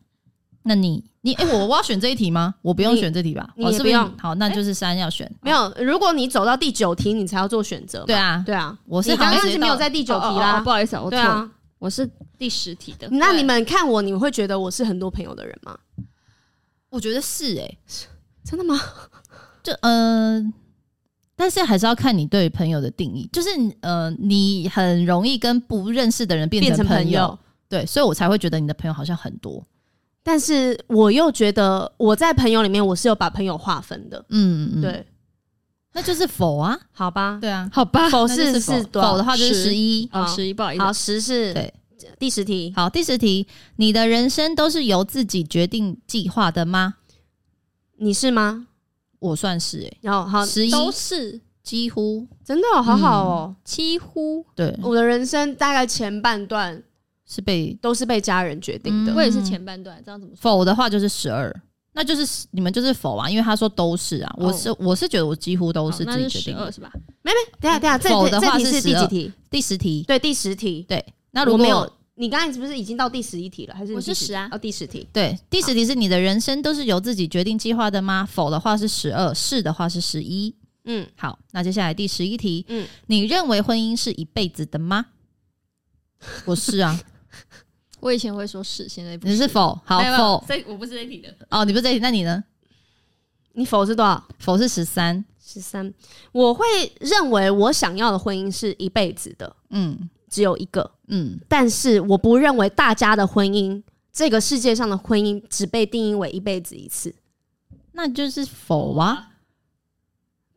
[SPEAKER 3] 那你你哎、我我要选这一 题吗？我不用
[SPEAKER 2] 你
[SPEAKER 3] 选这题吧？
[SPEAKER 2] 你
[SPEAKER 3] 我
[SPEAKER 2] 也
[SPEAKER 3] 是
[SPEAKER 2] 不
[SPEAKER 3] 是
[SPEAKER 2] 用哎
[SPEAKER 3] 好，那就是三要选。
[SPEAKER 2] 没有，如果你走到第九题，你才要做选择嘛。
[SPEAKER 3] 对啊，
[SPEAKER 2] 对啊，
[SPEAKER 3] 我是
[SPEAKER 2] 你
[SPEAKER 3] 好像
[SPEAKER 2] 刚刚
[SPEAKER 3] 直
[SPEAKER 2] 是
[SPEAKER 3] 接
[SPEAKER 2] 没有
[SPEAKER 3] 到
[SPEAKER 2] 在第九
[SPEAKER 4] 哦
[SPEAKER 2] 题
[SPEAKER 4] 哦哦
[SPEAKER 2] 啦
[SPEAKER 4] 不。好意思，我
[SPEAKER 2] 对
[SPEAKER 4] 错了，
[SPEAKER 2] 啊，
[SPEAKER 4] 我是第十题的。
[SPEAKER 2] 那
[SPEAKER 4] 对
[SPEAKER 2] 你们看我，你们会觉得我是很多朋友的人吗？
[SPEAKER 3] 我觉得是哎、
[SPEAKER 2] 真的吗？
[SPEAKER 3] 就呃，但是还是要看你对朋友的定义，就是呃，你很容易跟不认识的人变
[SPEAKER 2] 变成
[SPEAKER 3] 朋
[SPEAKER 2] 朋友，
[SPEAKER 3] 对，所以我才会觉得你的朋友好像很多，
[SPEAKER 2] 但是我又觉得我在朋友里面，我是有把朋友划分的。
[SPEAKER 3] 嗯嗯，嗯，
[SPEAKER 2] 对，
[SPEAKER 3] 那就是否啊，
[SPEAKER 2] 好吧，
[SPEAKER 3] 对啊，
[SPEAKER 4] 好吧，
[SPEAKER 2] 否
[SPEAKER 3] 那就是否
[SPEAKER 2] 是多
[SPEAKER 3] 否
[SPEAKER 2] 少
[SPEAKER 3] 的话就是
[SPEAKER 4] 十
[SPEAKER 3] 十一。
[SPEAKER 4] 好
[SPEAKER 2] 好
[SPEAKER 4] 十一，不好意思
[SPEAKER 2] 好，，十是
[SPEAKER 3] 对
[SPEAKER 2] 第十题，
[SPEAKER 3] 好，第十题，你的人生都是由自己决定计划的吗？
[SPEAKER 2] 你是吗？
[SPEAKER 3] 我算是哎、
[SPEAKER 2] 然后好，
[SPEAKER 3] 十一
[SPEAKER 4] 都是
[SPEAKER 3] 几乎
[SPEAKER 2] 真的哦好好哦。
[SPEAKER 4] 几乎，
[SPEAKER 3] 对，
[SPEAKER 2] 我的人生大概前半段
[SPEAKER 3] 是被
[SPEAKER 2] 都是被家人决定的
[SPEAKER 3] 嗯
[SPEAKER 4] 我也是前半段，这样怎么说？
[SPEAKER 3] 否的话就是十二，那就是你们就是否啊，因为他说都是啊，
[SPEAKER 4] 哦
[SPEAKER 3] 我是、我是觉得我几乎都
[SPEAKER 4] 好
[SPEAKER 3] 是
[SPEAKER 4] 那
[SPEAKER 3] 自己
[SPEAKER 4] 是
[SPEAKER 3] 决
[SPEAKER 4] 十
[SPEAKER 3] 定
[SPEAKER 4] 二
[SPEAKER 3] 的。
[SPEAKER 4] 是吧？
[SPEAKER 2] 等一下等一下，啊
[SPEAKER 3] 否
[SPEAKER 2] 这
[SPEAKER 3] 的
[SPEAKER 2] 这这
[SPEAKER 3] 话
[SPEAKER 2] 题
[SPEAKER 3] 是
[SPEAKER 2] 是第
[SPEAKER 3] 12
[SPEAKER 2] 几题？
[SPEAKER 3] 第十题，
[SPEAKER 2] 对，第十题。
[SPEAKER 3] 对，那如
[SPEAKER 2] 我
[SPEAKER 3] 果
[SPEAKER 2] 没有，你刚才是不是已经到第十一题了？还是
[SPEAKER 4] 我
[SPEAKER 2] 你第
[SPEAKER 4] 是10啊
[SPEAKER 2] 哦，第十题。
[SPEAKER 3] 对第十题是你的人生都是由自己决定计划的吗？否的话是十二，是的话是十一。
[SPEAKER 2] 嗯，
[SPEAKER 3] 好，那接下来第十一题，
[SPEAKER 2] 嗯
[SPEAKER 3] 你认为婚姻是一辈子 的吗？我是啊，
[SPEAKER 4] 我以前会说是，现在不
[SPEAKER 3] 你是否？好
[SPEAKER 4] 没有没有
[SPEAKER 3] 否
[SPEAKER 4] 这我不是这题的，
[SPEAKER 3] 哦，你不是这题，那你呢？
[SPEAKER 2] 你否是多少？
[SPEAKER 3] 否是十三，
[SPEAKER 2] 十三。我会认为我想要的婚姻是一辈子的，
[SPEAKER 3] 嗯
[SPEAKER 2] 只有一个。
[SPEAKER 3] 嗯，
[SPEAKER 2] 但是我不认为大家的婚姻，这个世界上的婚姻只被定义为一辈子一次。
[SPEAKER 3] 那就是否啊。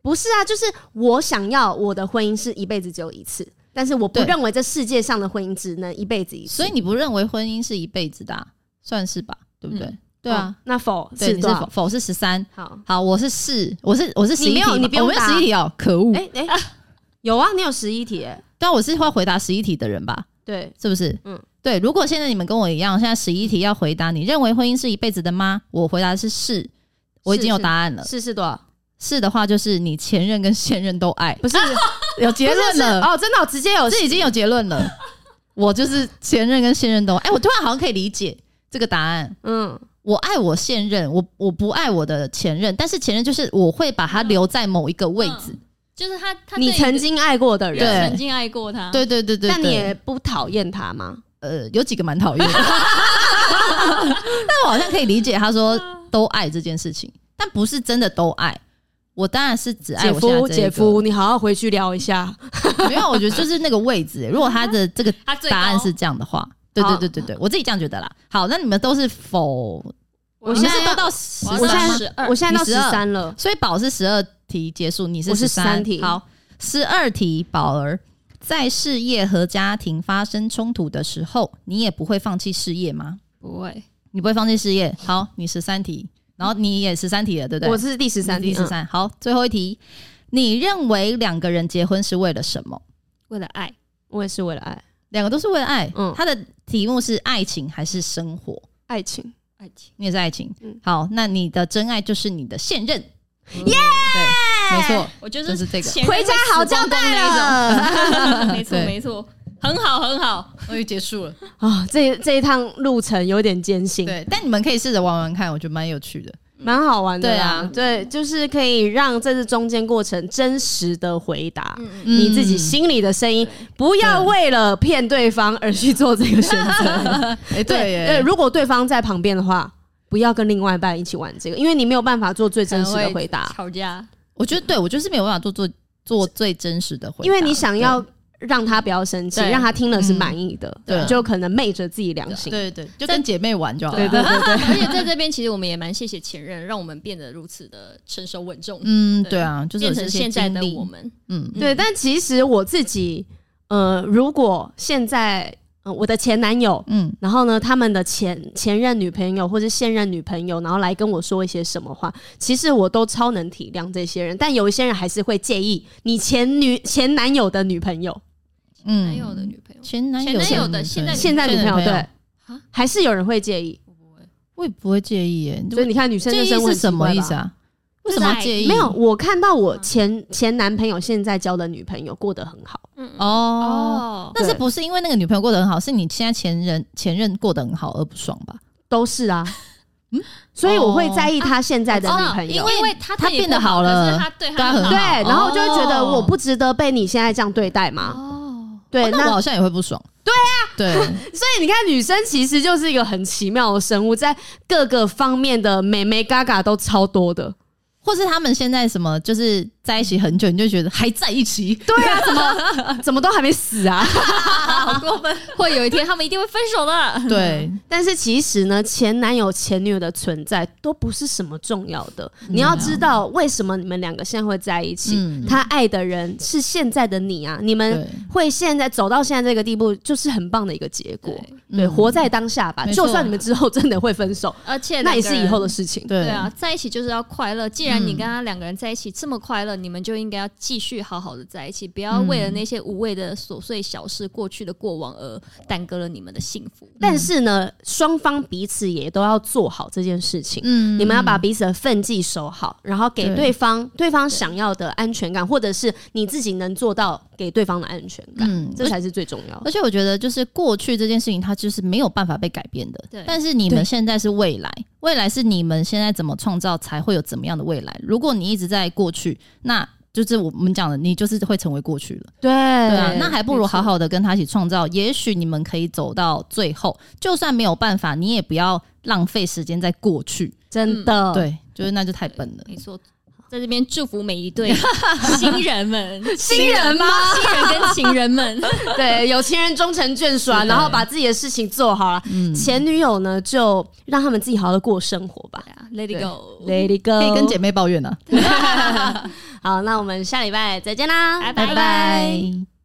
[SPEAKER 2] 不是啊，就是我想要我的婚姻是一辈子只有一次，但是我不
[SPEAKER 3] 对
[SPEAKER 2] 认为这世界上的婚姻只能一辈子一次。
[SPEAKER 3] 所以你不认为婚姻是一辈子的啊、算是吧？对不对？对啊，
[SPEAKER 2] 哦，那否
[SPEAKER 3] 对，
[SPEAKER 2] 是
[SPEAKER 3] 你是
[SPEAKER 2] 多
[SPEAKER 3] 否
[SPEAKER 2] 少？
[SPEAKER 3] 否是十三？
[SPEAKER 2] 好，
[SPEAKER 3] 好，我是四，我是我是十
[SPEAKER 2] 你
[SPEAKER 3] 一
[SPEAKER 2] 没
[SPEAKER 3] 题
[SPEAKER 2] 有
[SPEAKER 3] 嘛，
[SPEAKER 2] 你不用
[SPEAKER 3] 我没有
[SPEAKER 2] 答
[SPEAKER 3] 十一题哦，可恶！
[SPEAKER 2] 哎哎，有啊，你有十一题欸，
[SPEAKER 3] 但我是会回答十一题的人吧？
[SPEAKER 2] 对，
[SPEAKER 3] 是不是？
[SPEAKER 2] 嗯
[SPEAKER 3] 嗯，对。如果现在你们跟我一样，现在十一题要回答，你认为婚姻是一辈子的吗？我回答的是是，我已经有答案了。是
[SPEAKER 2] 是是多少？
[SPEAKER 3] 的话，就是你前任跟现任都爱，
[SPEAKER 2] 不是
[SPEAKER 3] 有结论了，
[SPEAKER 2] 哦，真的哦直接有
[SPEAKER 3] 这已经有结论了。 我就是前任跟现任都爱，哎，我突然好像可以理解这个答案。
[SPEAKER 2] 嗯，
[SPEAKER 3] 我爱我现任，我我不爱我的前任，但是前任就是我会把他留在某一个位置。
[SPEAKER 2] 嗯
[SPEAKER 4] 就是他他
[SPEAKER 2] 你
[SPEAKER 4] 对
[SPEAKER 2] 曾经爱过的人，
[SPEAKER 3] 对
[SPEAKER 4] 曾经爱过他，
[SPEAKER 3] 对对对对对，
[SPEAKER 2] 但你也不讨厌他吗？
[SPEAKER 3] 呃有几个蛮讨厌的，但我好像可以理解他说都爱这件事情，但不是真的都爱。我当然是只爱
[SPEAKER 2] 姐
[SPEAKER 3] 哎我现在这
[SPEAKER 2] 夫，
[SPEAKER 3] 一个
[SPEAKER 2] 姐夫，你好好回去聊一下。
[SPEAKER 3] 没有，我觉得就是那个位置、如果他的这个
[SPEAKER 4] 他最高
[SPEAKER 3] 答案是这样的话，对
[SPEAKER 2] 好
[SPEAKER 3] 对对对对，我自己这样觉得啦。好，那你们都是否？
[SPEAKER 4] 我
[SPEAKER 3] 你
[SPEAKER 4] 现
[SPEAKER 3] 们
[SPEAKER 4] 在
[SPEAKER 3] 是都
[SPEAKER 4] 要
[SPEAKER 3] 到十
[SPEAKER 4] 我
[SPEAKER 2] 我现
[SPEAKER 3] 三吗？
[SPEAKER 2] 在
[SPEAKER 4] 12
[SPEAKER 2] 我现在到
[SPEAKER 3] 你
[SPEAKER 2] 十
[SPEAKER 3] 12
[SPEAKER 2] 三了，
[SPEAKER 3] 所以宝是十二题结束，你是
[SPEAKER 2] 我是
[SPEAKER 3] 13
[SPEAKER 2] 13题
[SPEAKER 3] 好，十二题，宝儿在事业和家庭发生冲突的时候，你也不会放弃事业吗？
[SPEAKER 4] 不会，
[SPEAKER 3] 你不会放弃事业？好，你十三题，然后你也十三题了，对不对？
[SPEAKER 2] 我是第十三
[SPEAKER 3] 你
[SPEAKER 2] 题，
[SPEAKER 3] 第十
[SPEAKER 2] 嗯
[SPEAKER 3] 三。好，最后一题，你认为两个人结婚是为了什么？
[SPEAKER 4] 为了爱，
[SPEAKER 2] 我也是为了爱
[SPEAKER 3] 两个都是为了爱。
[SPEAKER 2] 嗯
[SPEAKER 3] 它的题目是爱情还是生活？
[SPEAKER 2] 爱情。
[SPEAKER 4] 爱情，
[SPEAKER 3] 你也是爱情。
[SPEAKER 2] 嗯
[SPEAKER 3] 好，那你的真爱就是你的现任。耶、对，没错。
[SPEAKER 4] 我觉得
[SPEAKER 3] 就是这个
[SPEAKER 4] 前任
[SPEAKER 2] 回家好
[SPEAKER 4] 会死
[SPEAKER 2] 交
[SPEAKER 4] 光光
[SPEAKER 2] 代
[SPEAKER 4] 那
[SPEAKER 2] 了
[SPEAKER 4] 一种， 没错
[SPEAKER 3] 对
[SPEAKER 4] 没错，很好很好，
[SPEAKER 3] 终于结束了。
[SPEAKER 2] 啊！这这一趟路程有点艰辛，
[SPEAKER 3] 对，但你们可以试着玩玩看，我觉得蛮有趣的。
[SPEAKER 2] 蛮好玩的啦。
[SPEAKER 3] 对
[SPEAKER 2] 对，就是可以让这次中间过程真实的回答
[SPEAKER 4] 嗯嗯，
[SPEAKER 2] 你自己心里的声音，不要
[SPEAKER 3] 对
[SPEAKER 2] 为了骗对方而去做这个选择。
[SPEAKER 3] 哎、对耶，
[SPEAKER 2] 对，如果对方在旁边的话，不要跟另外一半一起玩这个，因为你没有办法做最真实的回答，
[SPEAKER 4] 吵架，
[SPEAKER 3] 我觉得对我就是没有办法做做做最真实的回答，
[SPEAKER 2] 因为你想要让他不要生气，
[SPEAKER 4] 对
[SPEAKER 2] 让他听了是满意的，
[SPEAKER 3] 对
[SPEAKER 2] 就可能昧着自己良心。
[SPEAKER 3] 对对对，就跟姐妹玩就好了。
[SPEAKER 2] 对对对对，
[SPEAKER 4] 而且在这边其实我们也蛮谢谢前任，让我们变得如此的成熟稳重，
[SPEAKER 3] 嗯，对啊，就是有
[SPEAKER 4] 变成
[SPEAKER 3] 这些
[SPEAKER 4] 现在的
[SPEAKER 3] 经历
[SPEAKER 4] 我，们，
[SPEAKER 3] 嗯，
[SPEAKER 2] 对，但其实我自己，呃，如果现在嗯，我的前男友，
[SPEAKER 3] 嗯，
[SPEAKER 2] 然后呢，他们的前前任女朋友或是现任女朋友，然后来跟我说一些什么话，其实我都超能体谅这些人，但有一些人还是会介意你前女前男友的女朋友，
[SPEAKER 3] 嗯，
[SPEAKER 4] 男友的女朋友，
[SPEAKER 3] 前男
[SPEAKER 4] 前男友
[SPEAKER 3] 女
[SPEAKER 4] 的
[SPEAKER 3] 朋
[SPEAKER 4] 现在
[SPEAKER 3] 友啊
[SPEAKER 2] 现在女朋友
[SPEAKER 3] 现在
[SPEAKER 2] 对，啊还是有人会介意，
[SPEAKER 3] 我也不会介意耶。
[SPEAKER 2] 所以你看女生
[SPEAKER 3] 介
[SPEAKER 2] 的生
[SPEAKER 3] 意
[SPEAKER 2] 活
[SPEAKER 3] 是什么意思
[SPEAKER 2] 啊？
[SPEAKER 3] 啊？为什么要介意？啊
[SPEAKER 2] 没有，我看到我前前男朋友现在交的女朋友过得很好，
[SPEAKER 4] 嗯嗯
[SPEAKER 3] 哦。
[SPEAKER 4] 哦，
[SPEAKER 3] 但是不是因为那个女朋友过得很好，是你现在前任前任过得很好而不爽吧？
[SPEAKER 2] 都是 啊，
[SPEAKER 3] 嗯
[SPEAKER 2] 所以我会在意他现
[SPEAKER 3] 哦
[SPEAKER 2] 在的
[SPEAKER 3] 啊
[SPEAKER 2] 女朋友
[SPEAKER 4] 哦因。为他
[SPEAKER 3] 他
[SPEAKER 4] 对你
[SPEAKER 3] 变得
[SPEAKER 4] 不
[SPEAKER 3] 好了
[SPEAKER 4] 可是他对
[SPEAKER 3] 对他
[SPEAKER 4] 他很
[SPEAKER 3] 很好
[SPEAKER 2] 对，
[SPEAKER 4] 好
[SPEAKER 2] 然后我就会觉得我不值得被你现在这样对待嘛。
[SPEAKER 4] 哦，
[SPEAKER 2] 对，
[SPEAKER 3] 哦哦那我
[SPEAKER 2] 那
[SPEAKER 3] 好像也会不爽。对啊，对，
[SPEAKER 2] 所以你看，女生其实就是一个很奇妙的生物，在各个方面的美眉嘎嘎都超多的。
[SPEAKER 3] 或是他们现在什么就是在一起很久，你就觉得还在一起，
[SPEAKER 2] 对啊，怎么 怎么都还没死啊？
[SPEAKER 4] 好过分！会有一天他们一定会分手的。
[SPEAKER 3] 对，
[SPEAKER 2] 但是其实呢，前男友、前女友的存在都不是什么重要的。你要知道为什么你们两个现在会在一起，
[SPEAKER 3] 嗯，
[SPEAKER 2] 他爱的人是现在的你啊，你们
[SPEAKER 3] 对
[SPEAKER 2] 会现在走到现在这个地步，就是很棒的一个结果。对，
[SPEAKER 3] 嗯
[SPEAKER 2] 活在当下吧。
[SPEAKER 3] 没错
[SPEAKER 2] 就算你们之后真的会分手，
[SPEAKER 4] 而且
[SPEAKER 2] 那也是以后
[SPEAKER 4] 的。
[SPEAKER 2] 的事情。
[SPEAKER 3] 对
[SPEAKER 4] 对啊，，在一起就是要快乐。既然你
[SPEAKER 3] 嗯
[SPEAKER 4] 跟他两个人在一起这么快乐，你们就应该要继续好好的在一起，不要
[SPEAKER 3] 嗯
[SPEAKER 4] 为了那些无谓的琐碎小事、过去的过往而耽搁了你们的幸福。
[SPEAKER 3] 嗯
[SPEAKER 2] 但是呢，双方彼此也都要做好这件事情。
[SPEAKER 3] 嗯
[SPEAKER 2] 你们要把彼此的分际守好，然后给
[SPEAKER 3] 对
[SPEAKER 2] 对方对方想要的安全感，或者是你自己能做到给对方的安全感，
[SPEAKER 3] 嗯
[SPEAKER 2] 这才是最重要的。
[SPEAKER 3] 而且我觉得，就是过去这件事情，它就是没有办法被改变的。
[SPEAKER 4] 对
[SPEAKER 3] 但是你们
[SPEAKER 2] 对
[SPEAKER 3] 现在是未来，未来是你们现在怎么创造，才会有怎么样的未来。如果你一直在过去，那就是我们讲的，你就是会成为过去了。
[SPEAKER 2] 对
[SPEAKER 3] 对啊，那还不如好好的跟他一起创造。也许你们可以走到最后，就算没有办法，你也不要浪费时间在过去。
[SPEAKER 2] 真的、
[SPEAKER 3] 嗯对，就是那就太笨了。
[SPEAKER 4] 没错，在这边祝福每一 对新人们、
[SPEAKER 2] 新人吗？
[SPEAKER 4] 新人跟情人们，
[SPEAKER 2] 对，有情人终成眷属啊，
[SPEAKER 3] 是的嗯
[SPEAKER 2] 然后把自己的事情做好了。前女友呢，就让他们自己好好的过生活吧。
[SPEAKER 4] 对啊，Let it go，
[SPEAKER 2] Let it go，
[SPEAKER 3] 可以 跟姐妹抱怨啊。
[SPEAKER 2] 好，那我们下礼拜再见啦，
[SPEAKER 4] 拜
[SPEAKER 3] 拜拜。